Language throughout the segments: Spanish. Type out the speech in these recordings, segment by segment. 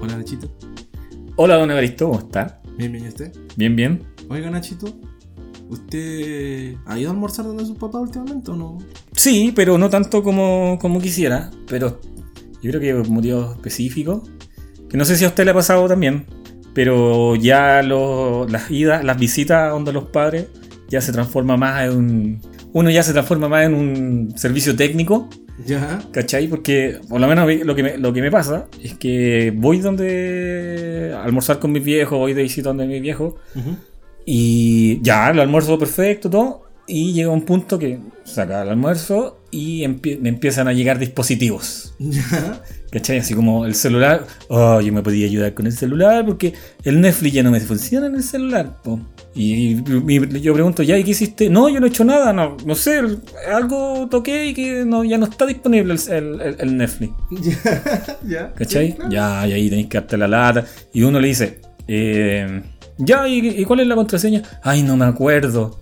Hola Nachito. Hola, don Evaristo, ¿cómo está? Bienvenido usted. ¿Bien, bien? Oiga Nachito, ¿usted ha ido a almorzar donde su papá últimamente o no? Sí, pero no tanto como, como quisiera, pero yo creo que por motivos específicos, que no sé si a usted le ha pasado también, pero ya lo- las idas, las visitas a donde los padres ya se transforma más en un... Uno ya se transforma más en un servicio técnico, Ya. ¿cachai? Porque por lo menos a mí lo que me, lo que me pasa es que voy donde a almorzar con mis viejos, voy de visita donde mis viejos, y ya, el almuerzo perfecto, todo. Y llega un punto que saca el almuerzo y empie- me empiezan a llegar dispositivos. Ya. ¿Cachai? Así como el celular. Oh, yo me podía ayudar con el celular porque el Netflix ya no me funciona en el celular. po". Y, y yo pregunto, ¿ya? ¿Y qué hiciste? No, yo no he hecho nada. No, no sé, el- algo toqué y que no, ya no está disponible el- el- el- el Netflix. Ya. ya. ¿Cachai? Sí, claro. Ya, y ahí tenéis que darte la lata. Y uno le dice, eh, ya, ¿y, y cuál es la contraseña? Ay, no me acuerdo.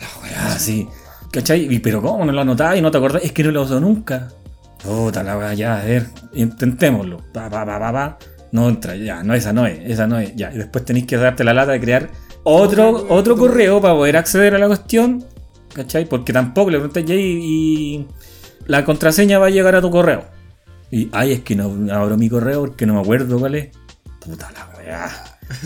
La weá, sí. ¿Cachai? Y, pero ¿cómo no lo anotás y no te acordás? Es que no lo usó nunca. Puta la weá, ya, a ver, intentémoslo. Pa, pa, pa, pa, pa. No entra, ya, no, esa no es, esa no es, ya. Y después tenéis que darte la lata de crear Otra, otro, otro otra. correo para poder acceder a la cuestión. ¿Cachai? Porque tampoco le preguntas, ya, y, y la contraseña va a llegar a tu correo. Y, ay, es que no abro mi correo porque no me acuerdo cuál es. Puta la weá.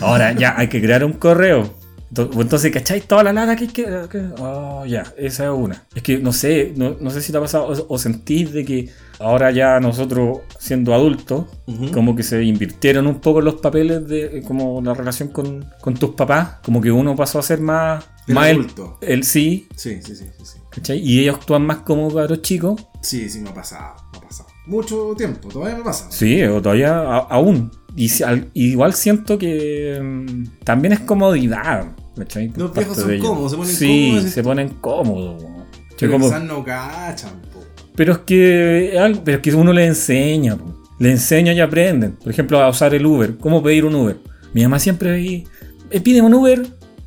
Ahora ya hay que crear un correo. Ento- Entonces, ¿cacháis toda la lata que hay que.? que- Oh, ya, esa es una. Es que no sé, no, no sé si te ha pasado o, o sentís de que ahora ya nosotros, siendo adultos, Ujú. como que se invirtieron un poco los papeles de eh, como la relación con, con tus papás, como que uno pasó a ser más. El más adulto. El, el sí, Sí, sí, sí, sí, sí. ¿cachai? Y ellos actúan más como cabros chicos. Sí, sí, me ha pasado, me ha pasado. Mucho tiempo, todavía me pasa. Sí, o todavía a- aún. Y si- al- igual siento que mm, también es comodidad. ¿cachai? Por Los viejos parte son de ellos. cómodos, se ponen sí, cómodos y- se ponen cómodos. weón. Pero Como- quizás no cachan, po. pero es que al- pero es que uno le enseña, po. le enseña y aprenden. Por ejemplo, a usar el Uber, cómo pedir un Uber. Mi mamá siempre ahí, eh, pídeme un Uber.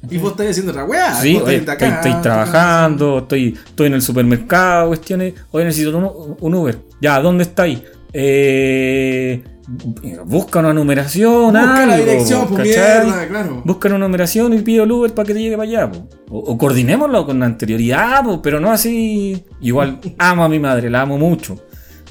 Y vos estás haciendo otra weá. Sí, vos oye, estás estoy, pues, acá, estoy acá. trabajando, estoy, estoy en el supermercado, cuestiones. Hoy necesito un, un Uber. Ya, ¿dónde estáis? Eh, busca una numeración, Busca la algo, dirección, po, ¿cachai? mierda, claro. Busca una numeración y pide el Uber para que te llegue para allá. po. O, o coordinémoslo con anterioridad, po, pero no así. Igual amo a mi madre, la amo mucho.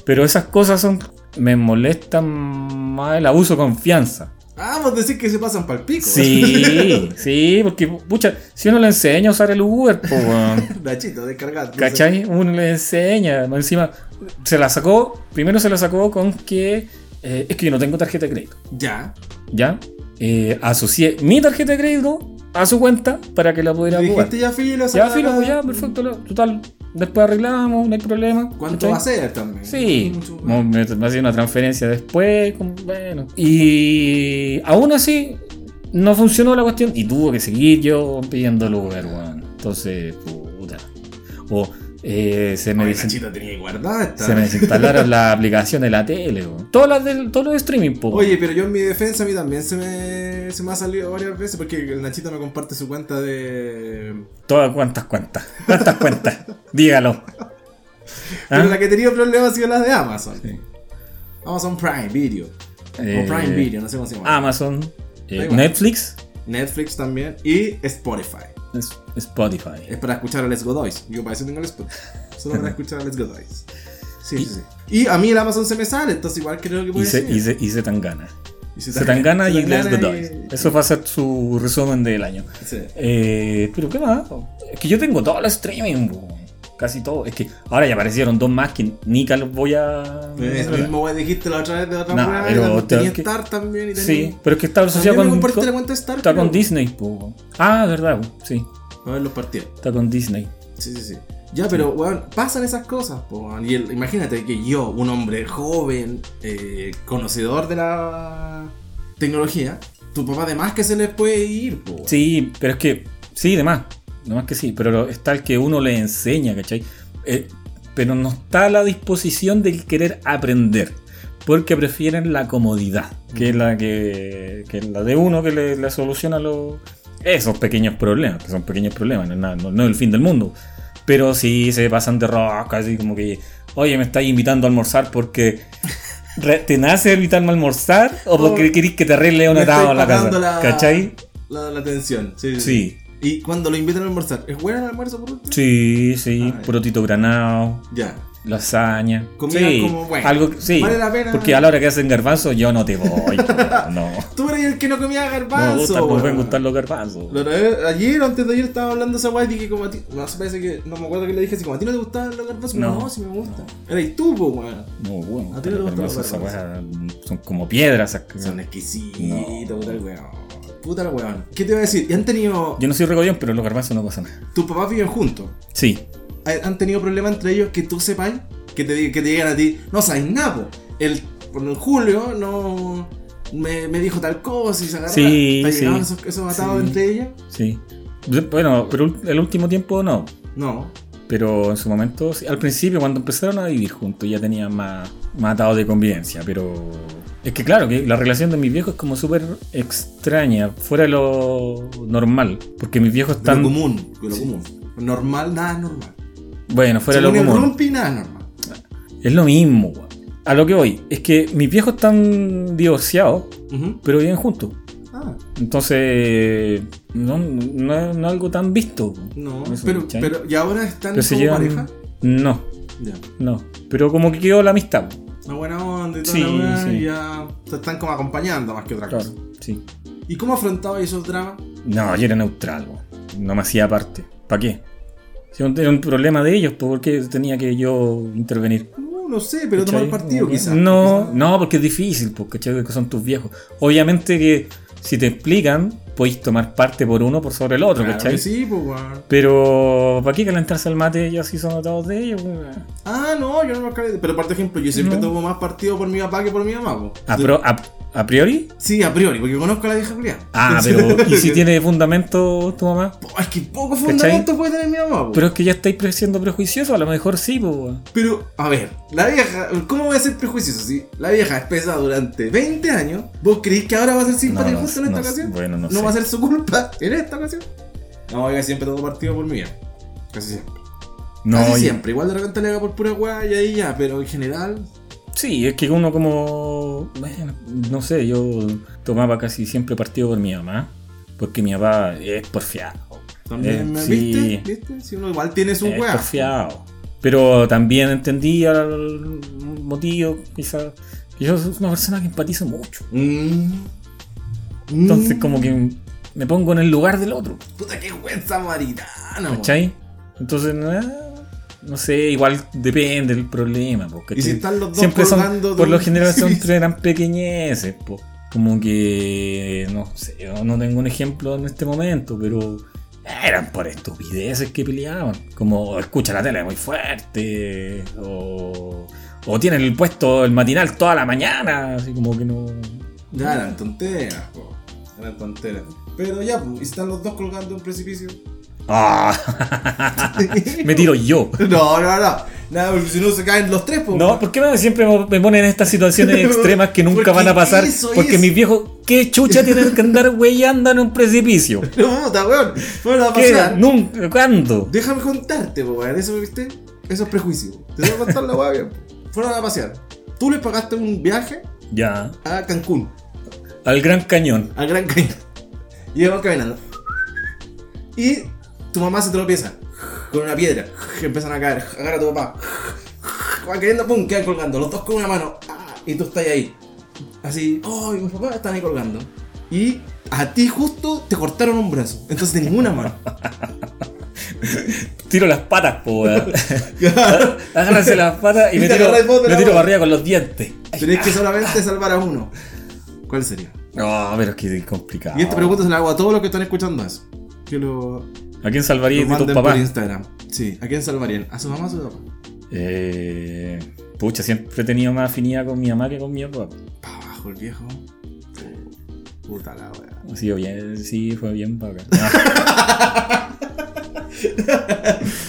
Pero esas cosas son. Me molestan más el abuso de confianza. Ah, vos decís que se pasan pa'l pico. Sí, sí, porque, pucha, si uno le enseña a usar el Uber, po, weón. Nachito, descargado. ¿Cachai? Uno le enseña. más Encima, se la sacó. Primero se la sacó con que. eh, es que yo no tengo tarjeta de crédito. Ya. ¿Ya? Eh, asocié mi tarjeta de crédito a su cuenta para que la Le pudiera jugar. dijiste este ya filo, Ya, saca filo, la- mm. ya, perfecto. lo- Total, después arreglamos, no hay problema. ¿Cuánto ¿cachai? va a ser también? Sí, Mucho- mo- me, me hacía una transferencia después, como, bueno. Y aún así, no funcionó la cuestión y tuvo que seguir yo pidiendo lugar, weón. Entonces, puta. O eh, se me Oye, dicen- Nachito tenía que guardar esta. se me desinstalaron las aplicaciones de la tele, weón. Todas las del, todos los de streaming, po. Oye, pero yo en mi defensa a mí también se me, se me ha salido varias veces porque el Nachito me comparte su cuenta de... Todas cuántas cuentas. ¿Cuántas cuentas? Dígalo. Pero ¿Ah? la que he tenido problemas ha sido las de Amazon. Amazon Prime Video. Eh, O Prime Video, no sé cómo se llama. Amazon, eh, Da igual. Netflix, Netflix también. Y Spotify. es- Spotify. Es para escuchar a Let's Go Doys. Yo para eso tengo el Spotify. Solo para escuchar a Let's Go Doys. Sí, sí, sí. Y a mí el Amazon se me sale, entonces igual creo que Y puede se, ser. y, se, y se tan gana. Y Se tan gana se y tangana Let's Go y- Dogs. Eso va a ser su resumen del año. Sí. Eh, pero qué más. Es que yo tengo todo el streaming, bo. casi todo. Es que ahora ya aparecieron dos más que ni que los voy a. Es lo Eh, mismo que dijiste la otra vez de otra Nah, weá, pero también te- tenía que- Star también y tenía... Sí, pero es que está También asociado me con, compartiste la con- cuenta de Star. está con creo. Disney, po. Ah, verdad, bo. sí, A ver los partidos. está con Disney. Sí, sí, sí. Ya, pero, weón, pasan esas cosas, po, weón. Y el- imagínate que yo, un hombre joven, eh, conocedor de la tecnología, tu papá además que se les puede ir, po. weón. Sí, pero es que, sí, de más, de más que sí, pero lo- está el que uno le enseña, ¿cachai? Eh, pero no está a la disposición del querer aprender, porque prefieren la comodidad, que es la, que, que es la de uno que le, le soluciona los, esos pequeños problemas, que son pequeños problemas, no es, nada- no- no es el fin del mundo, pero sí se pasan de rosca, así como que, oye, me estáis invitando a almorzar porque... re- ¿Te nace invitarme a almorzar o No, porque querís que te arregle Oh. me una estoy tabla en la pagando casa? la- ¿Cachai? La, la atención, sí, Sí, Y cuando lo invitan a almorzar, ¿es bueno el almuerzo por último? sí, sí. Ah, ya. Protito granado, Ya. lasaña. Comida sí, como, bueno, algo, sí. vale la pena. Porque a la hora que hacen garbanzo, yo no te voy. no. Tú eres el que no comía No garbanzo. me gustan, no me pueden weón. gustar los garbanzos. La otra vez- ayer o antes de ayer estaba hablando esa weá y dije como a ti. No, se parece que. No me acuerdo que le dije así como a ti no te gustaban los garbanzos. No, No. no si me gusta. Eres tú, po, weón. No, bueno, ¿A ti no te gustan los los garbanzos, esas weas son como piedras. esas- Son exquisitos, No. puta el weón. Puta el weón. ¿Qué te iba a decir? ¿Y han tenido. Yo no soy recogión, pero los garbanzos no pasan nada. Tus papás viven juntos. Sí, ¿Ha- ¿Han tenido problemas entre ellos que tú sepas? Que te, digan- que te digan a ti. No sabes nada, po. El. Por el Julio no. Me, me dijo tal cosa y se agarraron. Sí, ¿Te sí. llegaban esos, esos atados Sí. entre ellos? sí. Yo- Bueno, pero ul- el último tiempo no. No. Pero en su momento, sí. al principio, cuando empezaron a vivir juntos, ya tenían más, más atados de convivencia. Pero es que, claro, que la relación de mis viejos es como súper extraña, fuera de lo normal. Porque mis viejos De lo están. común. De lo Sí. común. Normal, nada normal. Bueno, fuera de lo Según el común. Rumpi, nada normal. Es lo mismo, weón. A lo que voy, es que mis viejos están divorciados, Ujú. pero viven juntos. Ah, Entonces, no, no, no es algo tan visto. no. Eso, pero, ¿cachai? pero, ¿y ahora están Pero se como llevan. pareja? No, Ya. no. Pero como que quedó la amistad. po. Una buena onda y toda Sí, la weá, sí. y ya se están como acompañando más que otra Claro, cosa. sí. ¿Y cómo afrontabais esos dramas? No, yo era neutral, po. no me hacía parte. ¿Para qué? Si era un problema de ellos, pues, ¿por qué tenía que yo intervenir? No, no sé, pero tomar ¿Cachai? partido quizás. No, Quizás. no, porque es difícil, pues, porque son tus viejos. Obviamente que si te explican, podéis tomar parte por uno por sobre el otro, Claro ¿cachai? que sí, pues weón. Pero, ¿para qué calentarse al mate? Ellos sí son atados de ellos. weón. Ah, no, yo no me acabé. Pero por ejemplo, yo siempre No. Ah, tomo más partido por mi papá que por mi mamá, pues. A, pro- a- a priori. Sí, a priori, porque conozco a la vieja Julián. Ah, pero ¿y si tiene fundamento tu mamá? Es que poco fundamento puede tener mi mamá, po. Pero es que ya estáis pre- siendo prejuiciosos, a lo mejor sí, po, weón. Pero, a ver, la vieja, ¿cómo voy a ser prejuicioso si la vieja es pesada durante 20 años? ¿Vos creéis que ahora va a ser simpático No, no, justo en esta no, ocasión? bueno, no sé. va a ser su culpa en esta ocasión. No, yo siempre todo partido por mí. ya. Casi siempre. Casi yo- siempre. Igual de repente le haga por pura weá y ahí ya, pero en general. Sí, es que uno como... Bueno, no sé, yo tomaba casi siempre partido por mi mamá, porque mi papá es porfiado. Eh, También, sí. ¿viste? ¿Viste? Si uno igual tiene su Es weá. porfiado. Pero también entendía el motivo, quizás. Yo soy una persona que empatizo mucho. Mm. Mm. Entonces como que me pongo en el lugar del otro. Puta, qué buen samaritano. weón. ¿Cachai? Entonces, no, no sé, igual depende del problema. po, Y si ¿cachai? están los dos Siempre son, colgando de por un lo general son edificio. tres eran pequeñeces. po. Como que, no sé, yo no tengo un ejemplo en este momento, pero eran por estupideces que peleaban. Como escucha la tele muy fuerte, o, o tienen el puesto, el matinal toda la mañana, así como que no... Ya eran tonteras, po. Eran tonteras. Pero ya, pues, están los dos colgando de un precipicio. Ah, me tiro yo. No, no, no. Nada, porque si no se caen los tres, po. No, ¿por qué me- siempre me me ponen en estas situaciones extremas que nunca Porque van a pasar? eso Porque es. mis viejos, ¿qué chucha tienen que andar weyando en un precipicio? No, puta, weón. No va a ¿Qué? pasar. ¿Nunca? ¿Cuándo? Déjame contarte, po, weón. Eso, viste. Eso es prejuicio. Te voy a contar la weá bien. po. Fueron a pasear. Tú les pagaste un viaje Ya, a Cancún, al Gran Cañón. al Gran Cañón. Y íbamos caminando. Y tu mamá se tropieza con una piedra. Empiezan a caer. Agarra a tu papá. Van cayendo, pum, quedan colgando. Los dos con una mano. Ah, y tú estás ahí. Así, oh, y mis papás están ahí colgando. Y a ti justo te cortaron un brazo. Entonces ninguna mano. Tiro las patas, po. weón. Agárrense las patas y Y me te tiro, agarras vos de me la tiro mano. para arriba con los dientes. Tenés que solamente salvar a uno. ¿Cuál sería? No, pero es que es complicado. Y este esta pregunta se la hago a todos los que están escuchando eso. Que lo, ¿A quién lo salvarías de tus manden por papás? Instagram. Sí, ¿a quién salvarían? ¿A su mamá o a su papá? Eh, pucha, siempre he tenido más afinidad con mi mamá que con mi papá. Pa' abajo el viejo. Puta la wea. Ha sido bien, sí, fue bien bacán. Ah.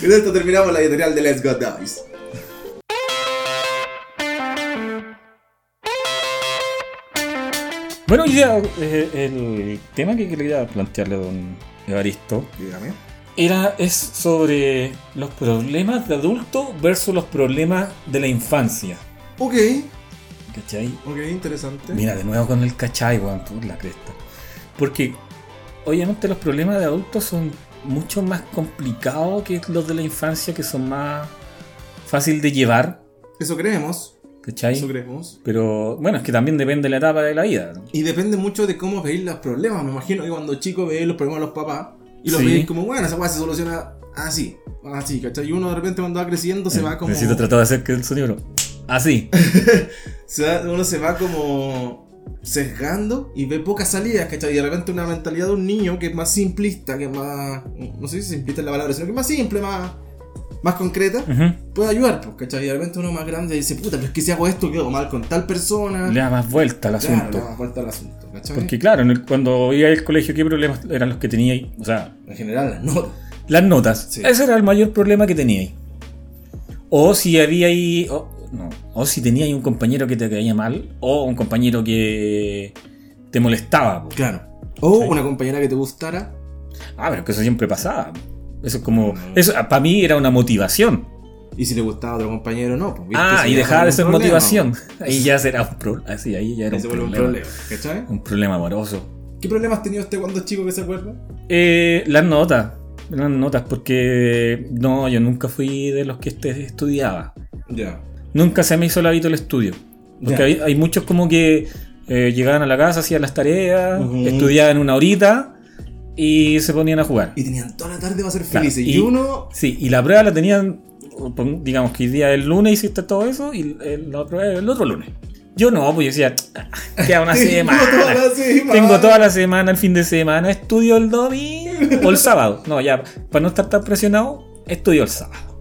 Con esto terminamos la editorial de Let's Go Dice. Bueno, y ya eh, el tema que quería plantearle a don Evaristo Dígame. era es sobre los problemas de adulto versus los problemas de la infancia. Ok. ¿Cachai? Ok, interesante. Mira, de nuevo con el cachai, weón, por la cresta. Porque obviamente los problemas de adultos son mucho más complicados que los de la infancia, que son más fácil de llevar, Eso creemos. Eso ¿cachai? creemos. Pero bueno, es que también depende de la etapa de la vida. ¿no? Y depende mucho de cómo veis los problemas. Me imagino que cuando chico veis los problemas de los papás y los Sí. veis como, bueno, esa weá se soluciona así, así, ¿cachai? Y uno de repente cuando va creciendo se va como. Eh, Necesito tratar de hacer que el sonido. Ah, Así. se va- uno se va como sesgando y ve pocas salidas, ¿cachai? Y de repente una mentalidad de un niño que es más simplista, que es más. No sé si simplista es la palabra, sino que es más simple, más. Más concreta, Ujú. puede ayudar, pues, ¿cachai? Y de repente uno más grande dice, puta, pero es que si hago esto quedo mal con tal persona. Le da más vuelta al Ah. Claro, asunto. le da falta el asunto, ¿cachai? Porque claro, en el- cuando iba al colegio, ¿qué problemas eran los que tenía ahí? O sea, En general, las notas. las notas. Sí. Ese era el mayor problema que tenía ahí. O si había ahí... O, no, o si tenía ahí un compañero que te caía mal, o un compañero que te molestaba. po. Claro. O Sí. una compañera que te gustara. Ah, pero que eso siempre pasaba. Eso es como... No. Eso para mí era una motivación. Y si le gustaba a otro compañero, no. Pues, ¿viste? Ah, Eso y ya dejaba era de un ser problema, motivación. pues. Ahí ya será un problema. Sí, ahí ya Ahí era un se vuelve un problema. problema. ¿Cachai? Un problema amoroso. ¿Qué problemas has tenido usted cuando es chico que se acuerda? Eh, las notas. Las notas, porque no, yo nunca fui de los que este- estudiaba. Ya. Nunca se me hizo el hábito el estudio. Porque Ya. hay, hay muchos como que eh, llegaban a la casa, hacían las tareas, Ujú. estudiaban una horita y se ponían a jugar. Y tenían toda la tarde para ser Claro, felices. y- y... uno. Sí, y la prueba la tenían, pon- digamos que el día del lunes hiciste todo eso y el- la prueba el otro lunes. Yo no, pues yo decía, "Ah, queda una semana. toda la semana. Tengo toda la semana, el fin de semana, estudio el domingo o el sábado. No, ya, para no estar tan presionado, estudio el sábado.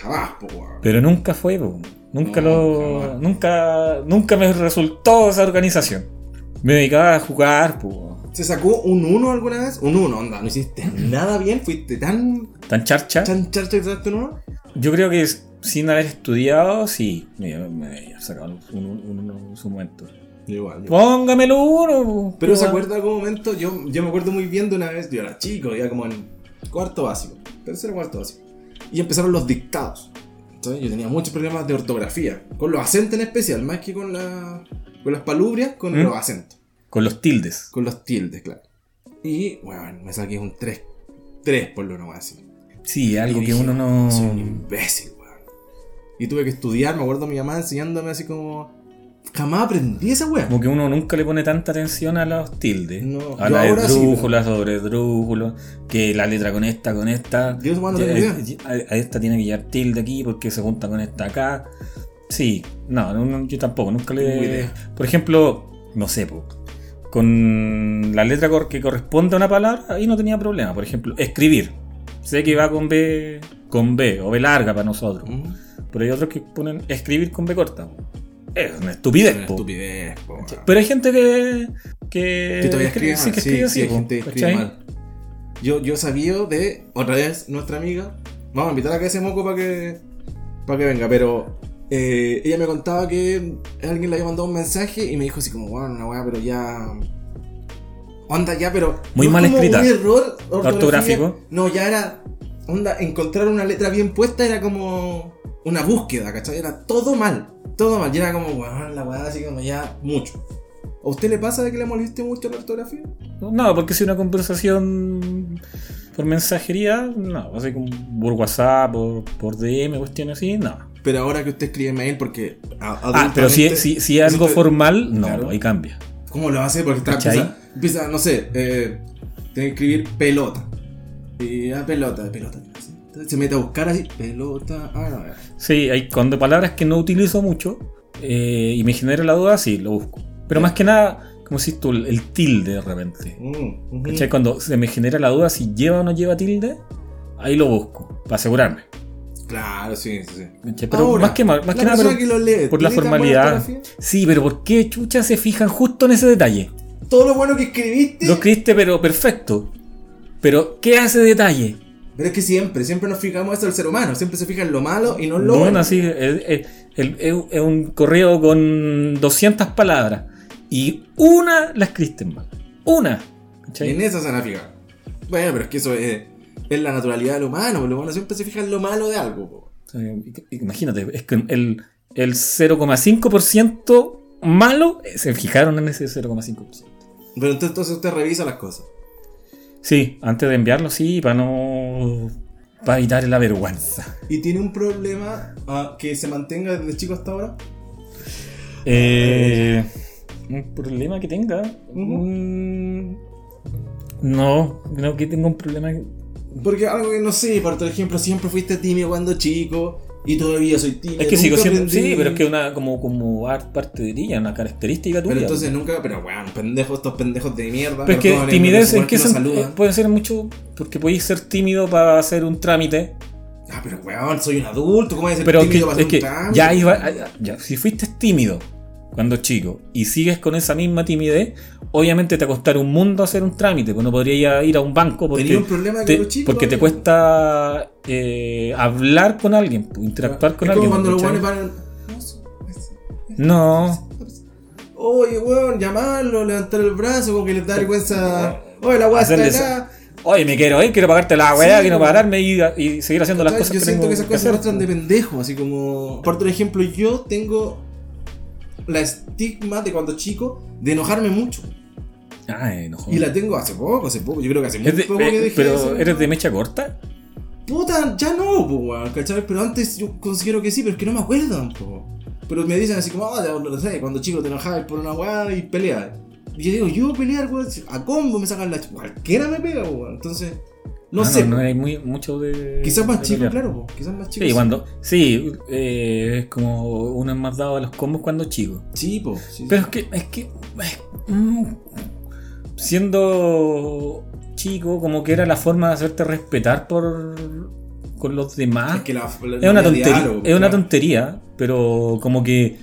Jamás, po, weón. Pero nunca fue, po. nunca No, lo. jamás. Nunca, nunca me resultó esa organización. Me dedicaba a jugar, po. ¿Se sacó un 1 alguna vez? Un 1, onda. No hiciste nada bien. Fuiste tan. tan charcha. tan charcha que sacaste un 1. Yo creo que s- sin haber estudiado, sí, me, me había sacado un, un- un- un- en su momento. Igual. yo- Póngamelo uno, po. Pero se Puta. acuerda de algún momento, yo, yo me acuerdo muy bien de una vez, yo era chico, ya como en cuarto básico, tercero cuarto básico. Y empezaron los dictados. ¿sabes? Yo tenía muchos problemas de ortografía, con los acentos en especial, más que con, la, con las palubrias, con ¿Mm? los acentos, Con los tildes. con los tildes, claro. Y, bueno, me saqué un 3, 3 por lo nomás así. Sí, algo Y que dije, uno no. Soy un imbécil, weón. Y tuve que estudiar, me acuerdo mi mamá enseñándome así como... Jamás aprendí esa weá. Como que uno nunca le pone tanta atención a los tildes. No, a yo la ahora sí, esdrújula, sobre esdrújula, que la letra con esta, con esta. Yo bueno, Ya, no tengo idea. a, a esta tiene que llevar tilde aquí porque se junta con esta acá. Sí, no, no, no, yo tampoco, nunca le. Tengo idea. Por ejemplo, no sé, po, con la letra cor- que corresponde a una palabra, ahí no tenía problema. Por ejemplo, escribir. Sé que va con B, con B, o B larga para nosotros. Ujú. Pero hay otros que ponen escribir con B corta. po. Es una estupidez, Una po. estupidez, po, weón. Pero hay gente que. Que, que todavía escribe- escribe sí, mal. que sí, escribe sí, así, hay po, gente que escribe ¿cachai? mal. Yo, yo sabía de, otra vez, nuestra amiga. Vamos a invitar a que ese moco para que, para que venga, pero eh, ella me contaba que alguien le había mandado un mensaje y me dijo así como, bueno, una weá, pero ya... Onda ya, pero... Muy no mal como escrita. Un error Ortográfico. No, ya era... Onda, encontrar una letra bien puesta era como una búsqueda, ¿cachai? Era todo mal, todo mal. Y era como, bueno, la weá así como ya mucho. ¿A usted le pasa de que le moleste mucho la ortografía? No, porque si una conversación por mensajería, no, así como por WhatsApp, por, por DM, cuestiones así, no. Pero ahora que usted escribe mail, porque. a- Ah, pero si, adultamente- si, si es algo Eso- formal, no, Claro. ahí cambia. ¿Cómo lo hace? Porque está, ¿Cachai? empieza, empieza, no sé, eh, tiene que escribir pelota. Y ah, pelota, pelota. así. Entonces se mete a buscar así, pelota. Ah, no, ya. Sí, hay cuando palabras que no utilizo mucho eh, y me genera la duda, sí, lo busco. Pero más que nada, como si tú, el, el tilde de repente. Mm, ujú. ¿Cachai? Cuando se me genera la duda si lleva o no lleva tilde, ahí lo busco, para asegurarme. Claro, sí, sí. sí. ¿Cachai? Pero Ahora, más que, mal- más la que nada, persona pero que lo lee, por la ¿tiene tan buena formalidad. ortografía? Sí, pero ¿por qué chucha se fijan justo en ese detalle? Todo lo bueno que escribiste. Lo escribiste, pero perfecto. Pero, ¿qué hace detalle? Pero es que siempre, siempre nos fijamos eso al ser humano. Siempre se fija en lo malo y no en lo No, bueno. así, es, es- el- es un- es un correo con 200 palabras y una la escribiste mal. Una. ¿cachai? En esa se van a fijar. Bueno, pero es que eso es, es la naturalidad del humano. Los humanos siempre se fijan en lo malo de algo. po. O sea, Imagínate, es que el, el 0,5% malo, eh, se fijaron en ese 0,5%. Pero entonces, entonces usted revisa las cosas. Sí, antes de enviarlo, sí, para no. para evitar la vergüenza. ¿Y tiene un problema ah, que se mantenga desde chico hasta ahora? Eh, un problema que tenga. Mm, no, no que tenga un problema. Porque algo que no sé, por ejemplo, siempre fuiste tímido cuando chico y todavía soy tímido. Es que sigo nunca siendo. aprendí. Sí, pero es que una como, como art- parte de ella, una característica tuya. Pero entonces nunca, pero weón, pendejos, estos pendejos de mierda. Pero es que perdónenme, timidez, por ¿en qué supuesto, sen- no eh, saludan. puede ser mucho? Porque podéis ser tímido para hacer un trámite. Ah, pero weón, soy un adulto, ¿cómo voy a ser Pero es que, tímido para es hacer que un trámite? ya iba. ah, ya, si fuiste tímido cuando chico y sigues con esa misma timidez, obviamente te costará un mundo hacer un trámite, pues no podrías ir a un banco Tenía porque un problema eh. con te, los chicos. porque te amigo. cuesta eh, hablar con alguien, pues, interactuar con es alguien. Como cuando los ¿cachai? weones van. No, sí, sí, No, sí. Oye, weón, llamarlo, levantar el brazo, como que les da vergüenza. Oye, la weá está Hacerles- acá. oye, me quiero ir, quiero pagarte la weá, Sí, quiero weón. pararme y, y seguir haciendo las ¿Sabes? cosas yo que siento tengo que esas cosas hacer, se muestran de pues. pendejo, así como. Por otro ejemplo, yo tengo la estigma de cuando chico de enojarme mucho. Ay, Ah, eh, no jodas. Y la tengo hace poco, hace poco. Yo creo que hace muy Es de- poco eh, que dejé pero eso. eres de mecha corta. Puta, ya no, po, weón, ¿cachai? Pero antes yo considero que sí, pero es que no me acuerdan, po. Pero me dicen así como, ah, ya no sé, cuando chico te enojabas por una weá y peleas. Y yo digo, yo pelear, weón, si a combo me sacan la ch- Cualquiera me pega, po, weón. Entonces, no Ah, sé. No, po. hay muy, mucho de. Quizás más de chico, pelear. claro, po. Quizás más chico. Sí, cuando. Sí, eh, es como uno es más dado a los combos cuando chico. Sí, po. sí, sí. Pero es que. Es que eh, mm, siendo chico, como que era la forma de hacerte respetar por. con los demás. Es que la- la- ah, Es una la tontería, diálogo, es una claro. tontería, pero como que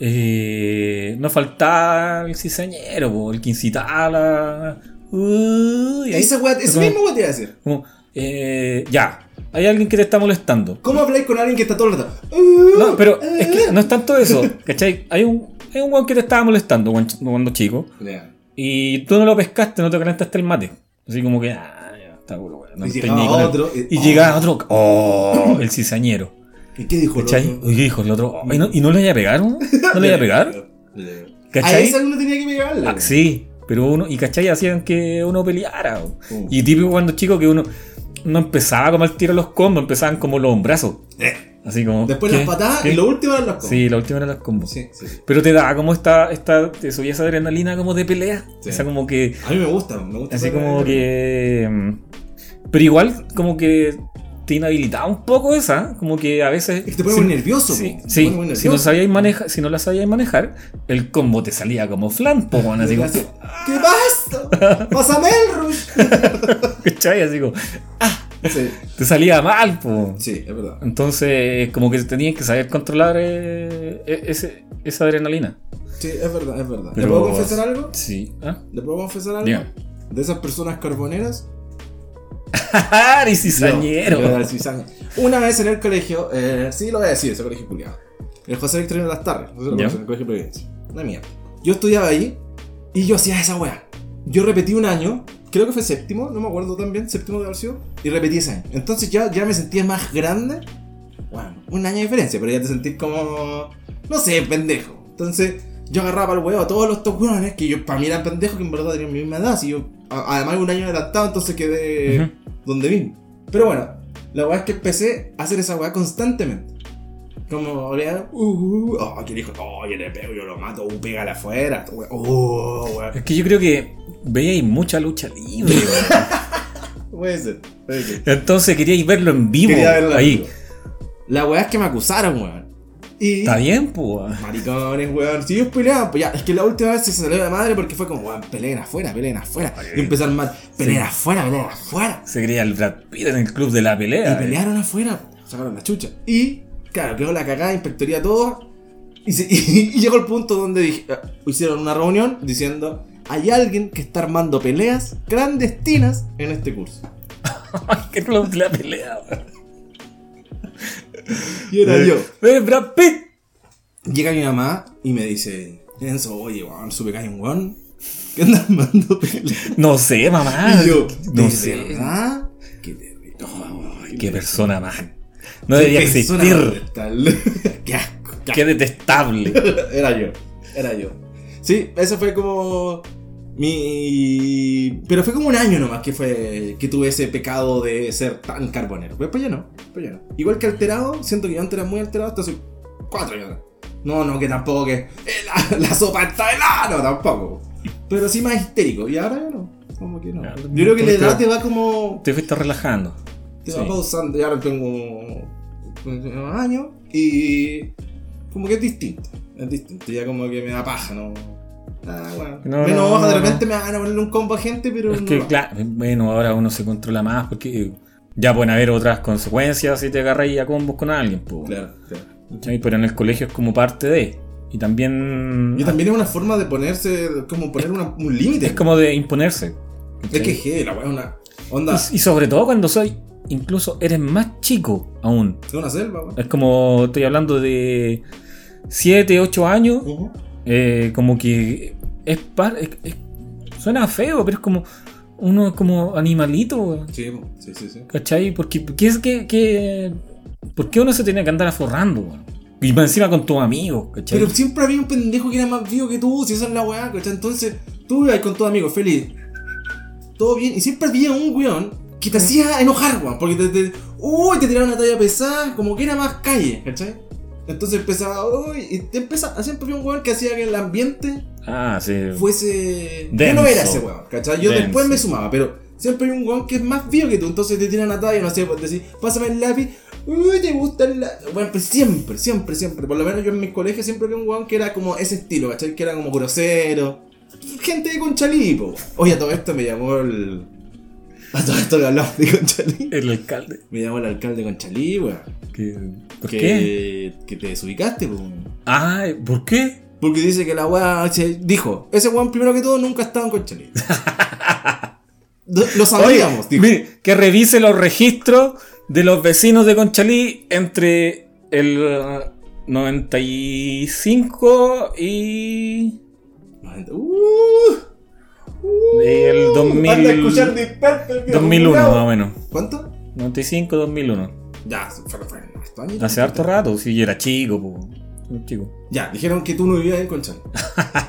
eh, no faltaba el cizañero, po, el que incitaba a la... Uy, ahí- Esa weá, esa como- misma weá te iba a decir. como, eh, ya, hay alguien que te está molestando. ¿Cómo habláis con alguien que está todo el rato? Uh, No, pero es que no es tanto eso, ¿cachai? Hay un, hay un weón que te estaba molestando cuando, cuando chico Ya. y tú no lo pescaste, no te calentaste el mate. Así como que, ah, ya, está bueno, weón, no y estoy llegaba ni con él. otro. Y oh, llegaba otro, oh, el cizañero. ¿Y qué dijo el ¿Cachai? otro? Oye, hijo, el otro. "Ay, no- ¿Y no le iba a pegar? ¿No, ¿No le iba a pegar? A ¿Cachai? Ah, esa uno tenía que pegarle. Ah, sí, pero uno. Y cachai, hacían que uno peleara. o. Mm. Y típico cuando chico que uno no empezaba como al tiro los combos, empezaban como los hombrazos. Eh. Así como. Después ¿qué? las patadas ¿Qué? y lo último eran las cosas. Sí, la última eran los combos. Sí, sí, sí. Pero te daba como esta, esta. Te subía esa adrenalina como de pelea. Sí. O sea, como que. A mí me gusta, me gusta. Así esa- como que. mm, Pero igual, como que te inhabilitaba un poco esa. Como que a veces. Es que te pone si- muy nervioso. Sí, po. Te sí. pone muy Si, no nervioso. sabíais manejar, si no la sabíais manejar, el combo te salía como flan, po, weón, así Y como, así, ¿Qué pasa? ¡Pásame el rush! ¿cachai? Así como, Sí, te salía mal, po. sí, es verdad. Entonces, como que tenías que saber controlar eh, e- ese- esa adrenalina. Sí, es verdad, es verdad. ¿Le Pero- puedo confesar algo? Sí. ¿Ah? ¿Le puedo confesar algo? Diga. De esas personas carboneras, ¡Y cizañero! Yo, yo era cizaña. Una vez en el colegio, eh, sí lo voy a decir, ese colegio culiado. El José Victorino de las Tardes, no sé lo Ya. conocen, el colegio Providencia. Una mierda. Yo estudiaba ahí y yo hacía esa weá. Yo repetí un año, creo que fue séptimo, no me acuerdo tan bien, séptimo de haber sido, y repetí ese año. Entonces ya, ya me sentía más grande. Bueno, un año de diferencia, pero ya te sentís como. No sé, pendejo. Entonces yo agarraba al huevo a todos los tocuones que yo para mí eran pendejos que en verdad tenían mi misma edad. Si yo, a- además, un año adelantado, entonces quedé Ujú. donde vine. Pero bueno, la weá es que empecé a hacer esa weá constantemente. Como, olía, uh, uh, oh, que dijo, oh, yo le pego, yo lo mato, uh, pégale afuera, tu weá, oh, weá. Es que yo creo que veíais mucha lucha libre, weón. Puede ser, puede ser. Entonces queríais verlo en vivo. Quería verla. ahí. La weá es que me acusaron, weón. Y. Está bien, po. Maricones, weón. Si ellos peleaban, pues ya, es que la última vez se salió de madre porque fue como, weón, peleen afuera, peleen afuera. Y empezaron mal, peleen afuera, peleen afuera. Se creía el Brad Pitt en el club de la pelea. Y eh. pelearon afuera, sacaron la chucha. Y, claro, quedó la cagada, inspectoría todo. Y, se- y- y llegó el punto donde dije- eh, hicieron una reunión diciendo: Hay alguien que está armando peleas clandestinas en este curso. que no lo- la pelea. Y era yo. ¡Eh, Brad Pitt! Llega mi mamá y me dice: Enzo, oye, weón, supe que hay un weón que anda armando peleas. No sé, mamá. y yo, no Ah, "¿De sé. verdad? Qué terrible. Ay, Qué persona más. No qué debería persona existir. detestable. qué asco. qué Qué detestable. asco. Era yo. Era yo. Sí, eso fue como mi... Pero fue como un año nomás que fue que tuve ese pecado de ser tan carbonero. Pero pues ya no, pues ya no. Igual que alterado, siento que yo antes era muy alterado hasta hace cuatro años atrás. No, no, que tampoco que... eh, La, la sopa está helada, no, tampoco. Pero sí más histérico. Y ahora ya no, como que no. Ya, Yo creo que la tuviste- edad te va como... Te fuiste relajando. Te Sí. va pausando. Y ahora tengo unos años y como que es distinto. Es distinto. Ya como que me da paja, ¿no? Ah, bueno. No, Menos no, hoja, de no, no. repente me van a ponerle un combo a gente, pero. Es no que, va. claro, bueno, ahora uno se controla más porque ya pueden haber otras consecuencias si te agarras y a combos con alguien, po. Claro, claro. ¿Cachai? Pero en el colegio es como parte de. Y también. Y también es una forma de ponerse, como poner una- un límite. Es como de imponerse. Es ¿cachai? que je, la weá es una. Onda, es Y, y sobre todo cuando soy. Incluso eres más chico aún. una selva, weón. Es como. Estoy hablando de. 7, 8 años. Ujú. eh, como que. Es, par- es- es- Suena feo, pero es como. Uno es como animalito, weón. Sí, po. sí, sí, sí. ¿Cachai? Porque, ¿qué es que, que- ¿Por qué uno se tiene que andar aforrando, weón? Y más encima con tus amigos, ¿cachai? Pero siempre había un pendejo que era más vivo que tú, si esa es la weá, ¿cachai? Entonces, tú ibas con tus amigos, feliz. Todo bien, y siempre había un weón que te hacía enojar, weón, porque te, te, uy, te tiraba una talla pesada, como que era más calle, ¿cachai? Entonces empezaba, uy, y te empezaba, siempre había un weón que hacía que el ambiente ah, sí. fuese. Yo Denso. no era ese weón, ¿cachai? Yo Denso. después me sumaba, pero siempre hay un weón que es más vivo que tú, entonces te tiran a talla, no sé, pues decís, pásame el lápiz, uy, te gusta el lápiz. Bueno, pues siempre, siempre, siempre. Por lo menos yo en mis colegios siempre había un weón que era como ese estilo, ¿cachai? Que era como grosero. Gente de conchalipo. Oye, a todo esto me llamó el. A todo esto que hablamos de conchalí. El alcalde. Me llamó el alcalde de conchalí, weón. que- ¿Por que, qué? Que te desubicaste, weón. Ah, ¿por qué? Porque dice que la weá se- dijo, ese weón primero que todo nunca estaba en Conchalí. Lo- Lo sabíamos, Oye, dijo. mire, que revise los registros de los vecinos de Conchalí entre el eh, 95 y, Uh, y el 2000 anda a escuchar Disperso, el viejo 2001, más culiao. o menos. ¿Cuánto? 95, 2001. Ya, fue, fue harto año. Hace harto rato, sí, yo era chico, po. Era chico. Ya, dijeron que tú no vivías en Conchalí.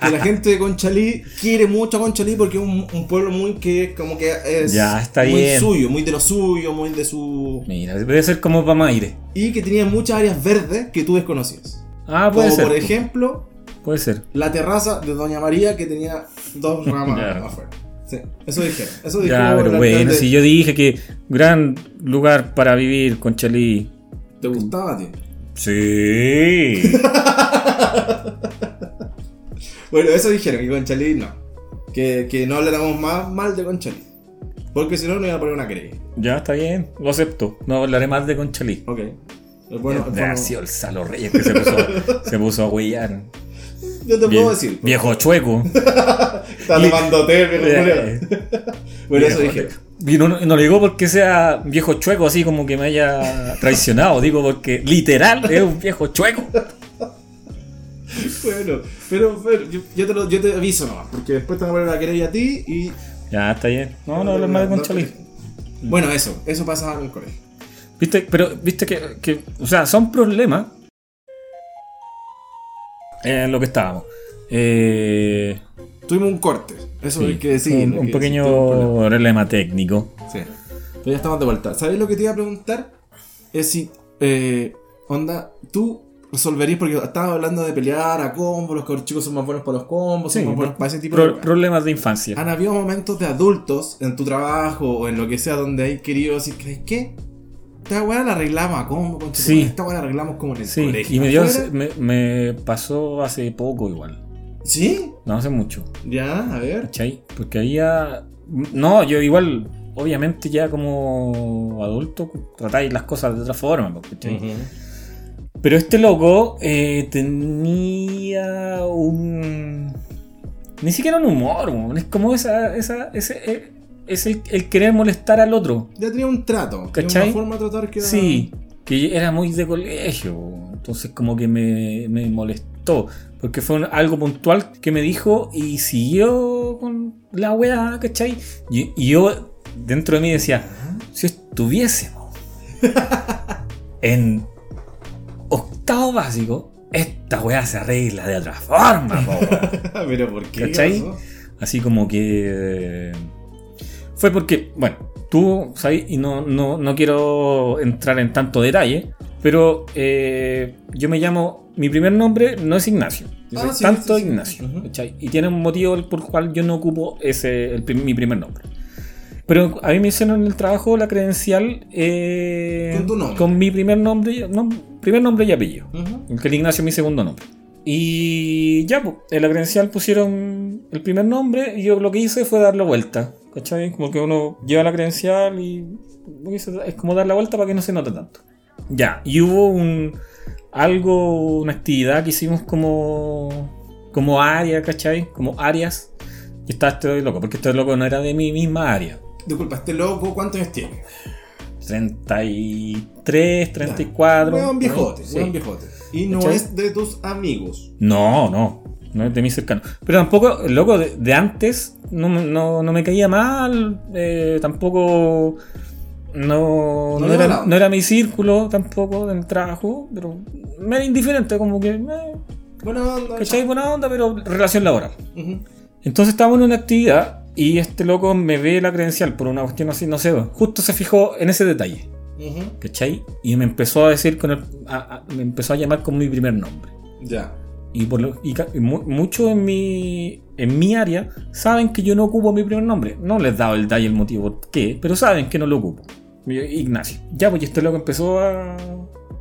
que la gente de Conchalí quiere mucho a Conchalí porque es un, un pueblo muy que como que es Ya, está muy bien. suyo, muy de lo suyo, muy de su... Mira, debe ser como para Maire. Y que tenía muchas áreas verdes que tú desconocías. Ah, puede Como ser. por po. ejemplo, Puede ser. la terraza de Doña María que tenía dos ramas Ya. afuera. Sí, eso dijeron. Eso dijo Ya, pero el bueno, alcalde. si yo dije que gran lugar para vivir, Conchalí. ¿Te gustaba, tío? Sí. Bueno, eso dijeron, que Conchalí no. Que, que no habláramos más mal de Conchalí. Porque si no, nos iba a poner una querella. ya, está bien, lo acepto. No hablaré más de Conchalí. Ok. El bueno, el bueno- Gracias, el Salo Reyes que se puso, se puso a huellar. yo te puedo Vie- decir. pues. Viejo chueco. Está tomando té, viejo culiao. Bueno, eso Viejo dijeron. Y no, no lo digo porque sea viejo chueco, así como que me haya traicionado. Digo porque literal es un viejo chueco. Bueno, pero, pero yo, yo te lo- yo te aviso nomás. Porque después te van a poner una querella a ti y. Ya, está bien. No, no hablar más de Conchalí. Bueno, eso. Eso pasaba en el colegio. Viste, pero viste que, que- o sea, son problemas en lo que estábamos. Eh, Tuvimos un corte. Eso sí, hay que decir. un, hay un que pequeño decir, tuvimos un problema. problema técnico. Sí. Pero ya estamos de vuelta. ¿Sabéis lo que te iba a preguntar? Es si, eh, onda, tú resolverías, porque estabas hablando de pelear a combos, los cabros chicos son más buenos para los combos, son Sí, más buenos pro- para ese tipo pro- de cosas. problemas de infancia. ¿Han habido momentos de adultos en tu trabajo o en lo que sea donde hay querido decir, ¿crees qué? Esta weá la arreglamos a combo, con Sí. esta weá la arreglamos como en el Sí, colegio. y me, dio- ¿Afuera? me, me pasó hace poco igual. ¿Sí? No hace mucho, Ya, a ver. ¿cachai? Porque había... No, yo igual, obviamente ya como adulto tratáis las cosas de otra forma, pues, ¿cachai? Pero este loco eh, tenía un. Ni siquiera un humor, weón. es como esa, esa, ese, eh, es el, el querer molestar al otro. Ya tenía un trato, tenía ¿Cachai? una forma de tratar que era- Sí, que era muy de colegio, weón. entonces como que me, me molestó, porque fue un- algo puntual que me dijo y siguió con la weá, ¿cachai? Y, y yo dentro de mí decía, si estuviésemos en octavo básico, esta weá se arregla de otra forma, po, weón. Pero ¿por qué? ¿Cachai? pasó? Así como que. eh, Fue porque, bueno, tú, ¿sabes? Y no, no, no quiero entrar en tanto detalle, pero eh, yo me llamo. Mi primer nombre no es Ignacio. Yo soy Ah, sí, tanto sí, sí. Ignacio. Ujú. ¿cachai? Y tiene un motivo por el cual yo no ocupo ese, el prim- mi primer nombre. Pero a mí me hicieron en el trabajo la credencial eh, Con tu nombre. con mi primer nombre, y- no, primer nombre y apellido. Ujú. El que el Ignacio es mi segundo nombre. Y ya, po, en la credencial pusieron el primer nombre y yo lo que hice fue darle vuelta. ¿Cachai? Como que uno lleva la credencial y lo que hice es como dar la vuelta para que no se note tanto. Ya, y hubo un algo, una actividad que hicimos como, como área, ¿cachai? Como áreas. Y estaba este loco, porque este loco no era de mi misma área. Disculpa, este loco, ¿cuántos años tiene? 33, 34. Weón viejote, ¿no? Sí. weón viejote. Y no ¿Cachai? es de tus amigos. No, no. No es de mí cercano. Pero tampoco, el loco, de, de antes no, me- no- no me caía mal. eh, tampoco. No, No no, le era, hablaba. no era mi círculo tampoco del trabajo, pero me era indiferente, como que. eh, Buena onda. ¿Cachai? Buena onda, pero relación laboral. Ujú. Entonces estábamos en una actividad y este loco me ve la credencial por una cuestión así, no sé. Justo se fijó en ese detalle. Ujú. ¿Cachai? Y me empezó a decir con el- a- a- me empezó a llamar con mi primer nombre. Ya. Y, por lo- y ca- y mu- muchos en mi, en mi área saben que yo no ocupo mi primer nombre. No les he dado el DAI el motivo por qué, pero saben que no lo ocupo. Y yo, Ignacio. Ya, pues y este loco empezó a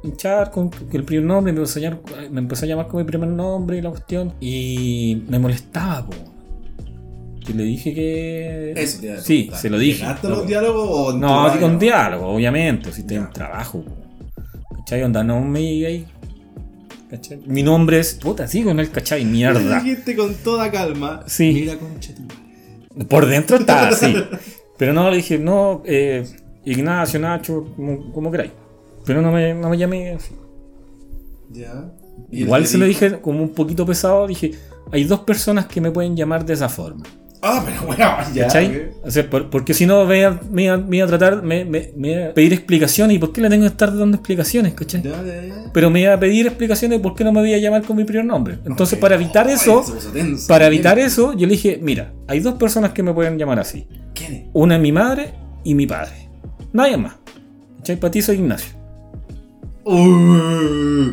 hinchar con, con el primer nombre, me empezó, a llamar, me empezó a llamar con mi primer nombre y la cuestión. Y me molestaba, po. Y le dije que. Eso te iba a Sí, preguntar. se lo dije. ¿Llegaste a No, los diálogos o en no, tu sí, con radio? diálogo, obviamente, si tengo Ya. trabajo. po. ¿Cachai? Onda, no me digáis. ¿Cachai? Mi nombre es. Puta, sí, con el cachai, mierda. Dijiste con toda calma. Sí. Mira, concha tu madre. Por dentro estaba así. Pero no, le dije, no, eh, Ignacio, Nacho, como, como queráis. Pero no me, no me llamé así. Ya. Y Igual él se lo dijo- dije como un poquito pesado, dije, hay dos personas que me pueden llamar de esa forma. Ah, pero bueno, ya. ¿Cachai? O sea, por- porque si no, me, iba- me, iba- me iba a tratar, me, me- me iba a pedir explicaciones. ¿Y por qué le tengo que estar dando explicaciones, cachai? Ya, ya, ya. pero me iba a pedir explicaciones de por qué no me voy a llamar con mi primer nombre. Entonces, para evitar Ay, eso, se puso tenso. para evitar eso, yo le dije, mira, hay dos personas que me pueden llamar así. ¿Quién es? Una es mi madre y mi padre. Nadie más. ¿Cachai? Para ti soy Ignacio. Uh,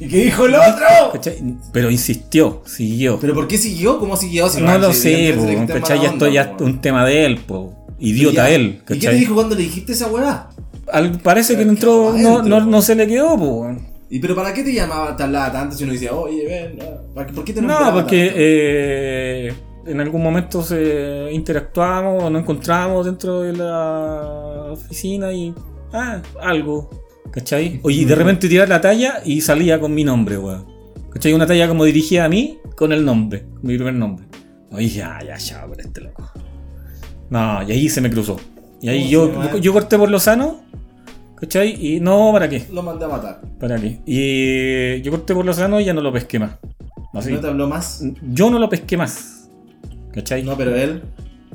¿Y qué dijo el otro? ¿Cachai? Pero insistió, siguió. ¿Pero por qué siguió? ¿Cómo siguió? Si no man, lo si sé, evidentemente po, tiene que estar ¿cachai? mala Ya onda, esto ya es po. un tema de él, po. Y Idiota ya. él, ¿Y qué te ¿cachai? dijo cuando le dijiste esa weá? Al- parece que Pero no entró, quedó no, adentro, no- po. no se le quedó, po. ¿Y pero para qué te llamaba tan lata antes si uno decía, oye, ven, no, ¿para qué- ¿por qué te No, nombraba porque tanto? eh, en algún momento se interactuamos o nos encontramos dentro de la oficina y. Ah, algo. ¿Cachai? Oye, y de repente tirar la talla y salía con mi nombre, weón. ¿Cachai? Una talla como dirigida a mí con el nombre, con mi primer nombre. Oye, ya, ya, ya, por este loco. No, y ahí se me cruzó. Y ahí ¿Cómo yo, se llama? yo corté por lo sano, ¿cachai? Y no, ¿para qué? Lo mandé a matar. ¿Para qué? Y yo corté por lo sano y ya no lo pesqué más. Así. ¿No te habló más? Yo no lo pesqué más. ¿Cachai? No, pero él.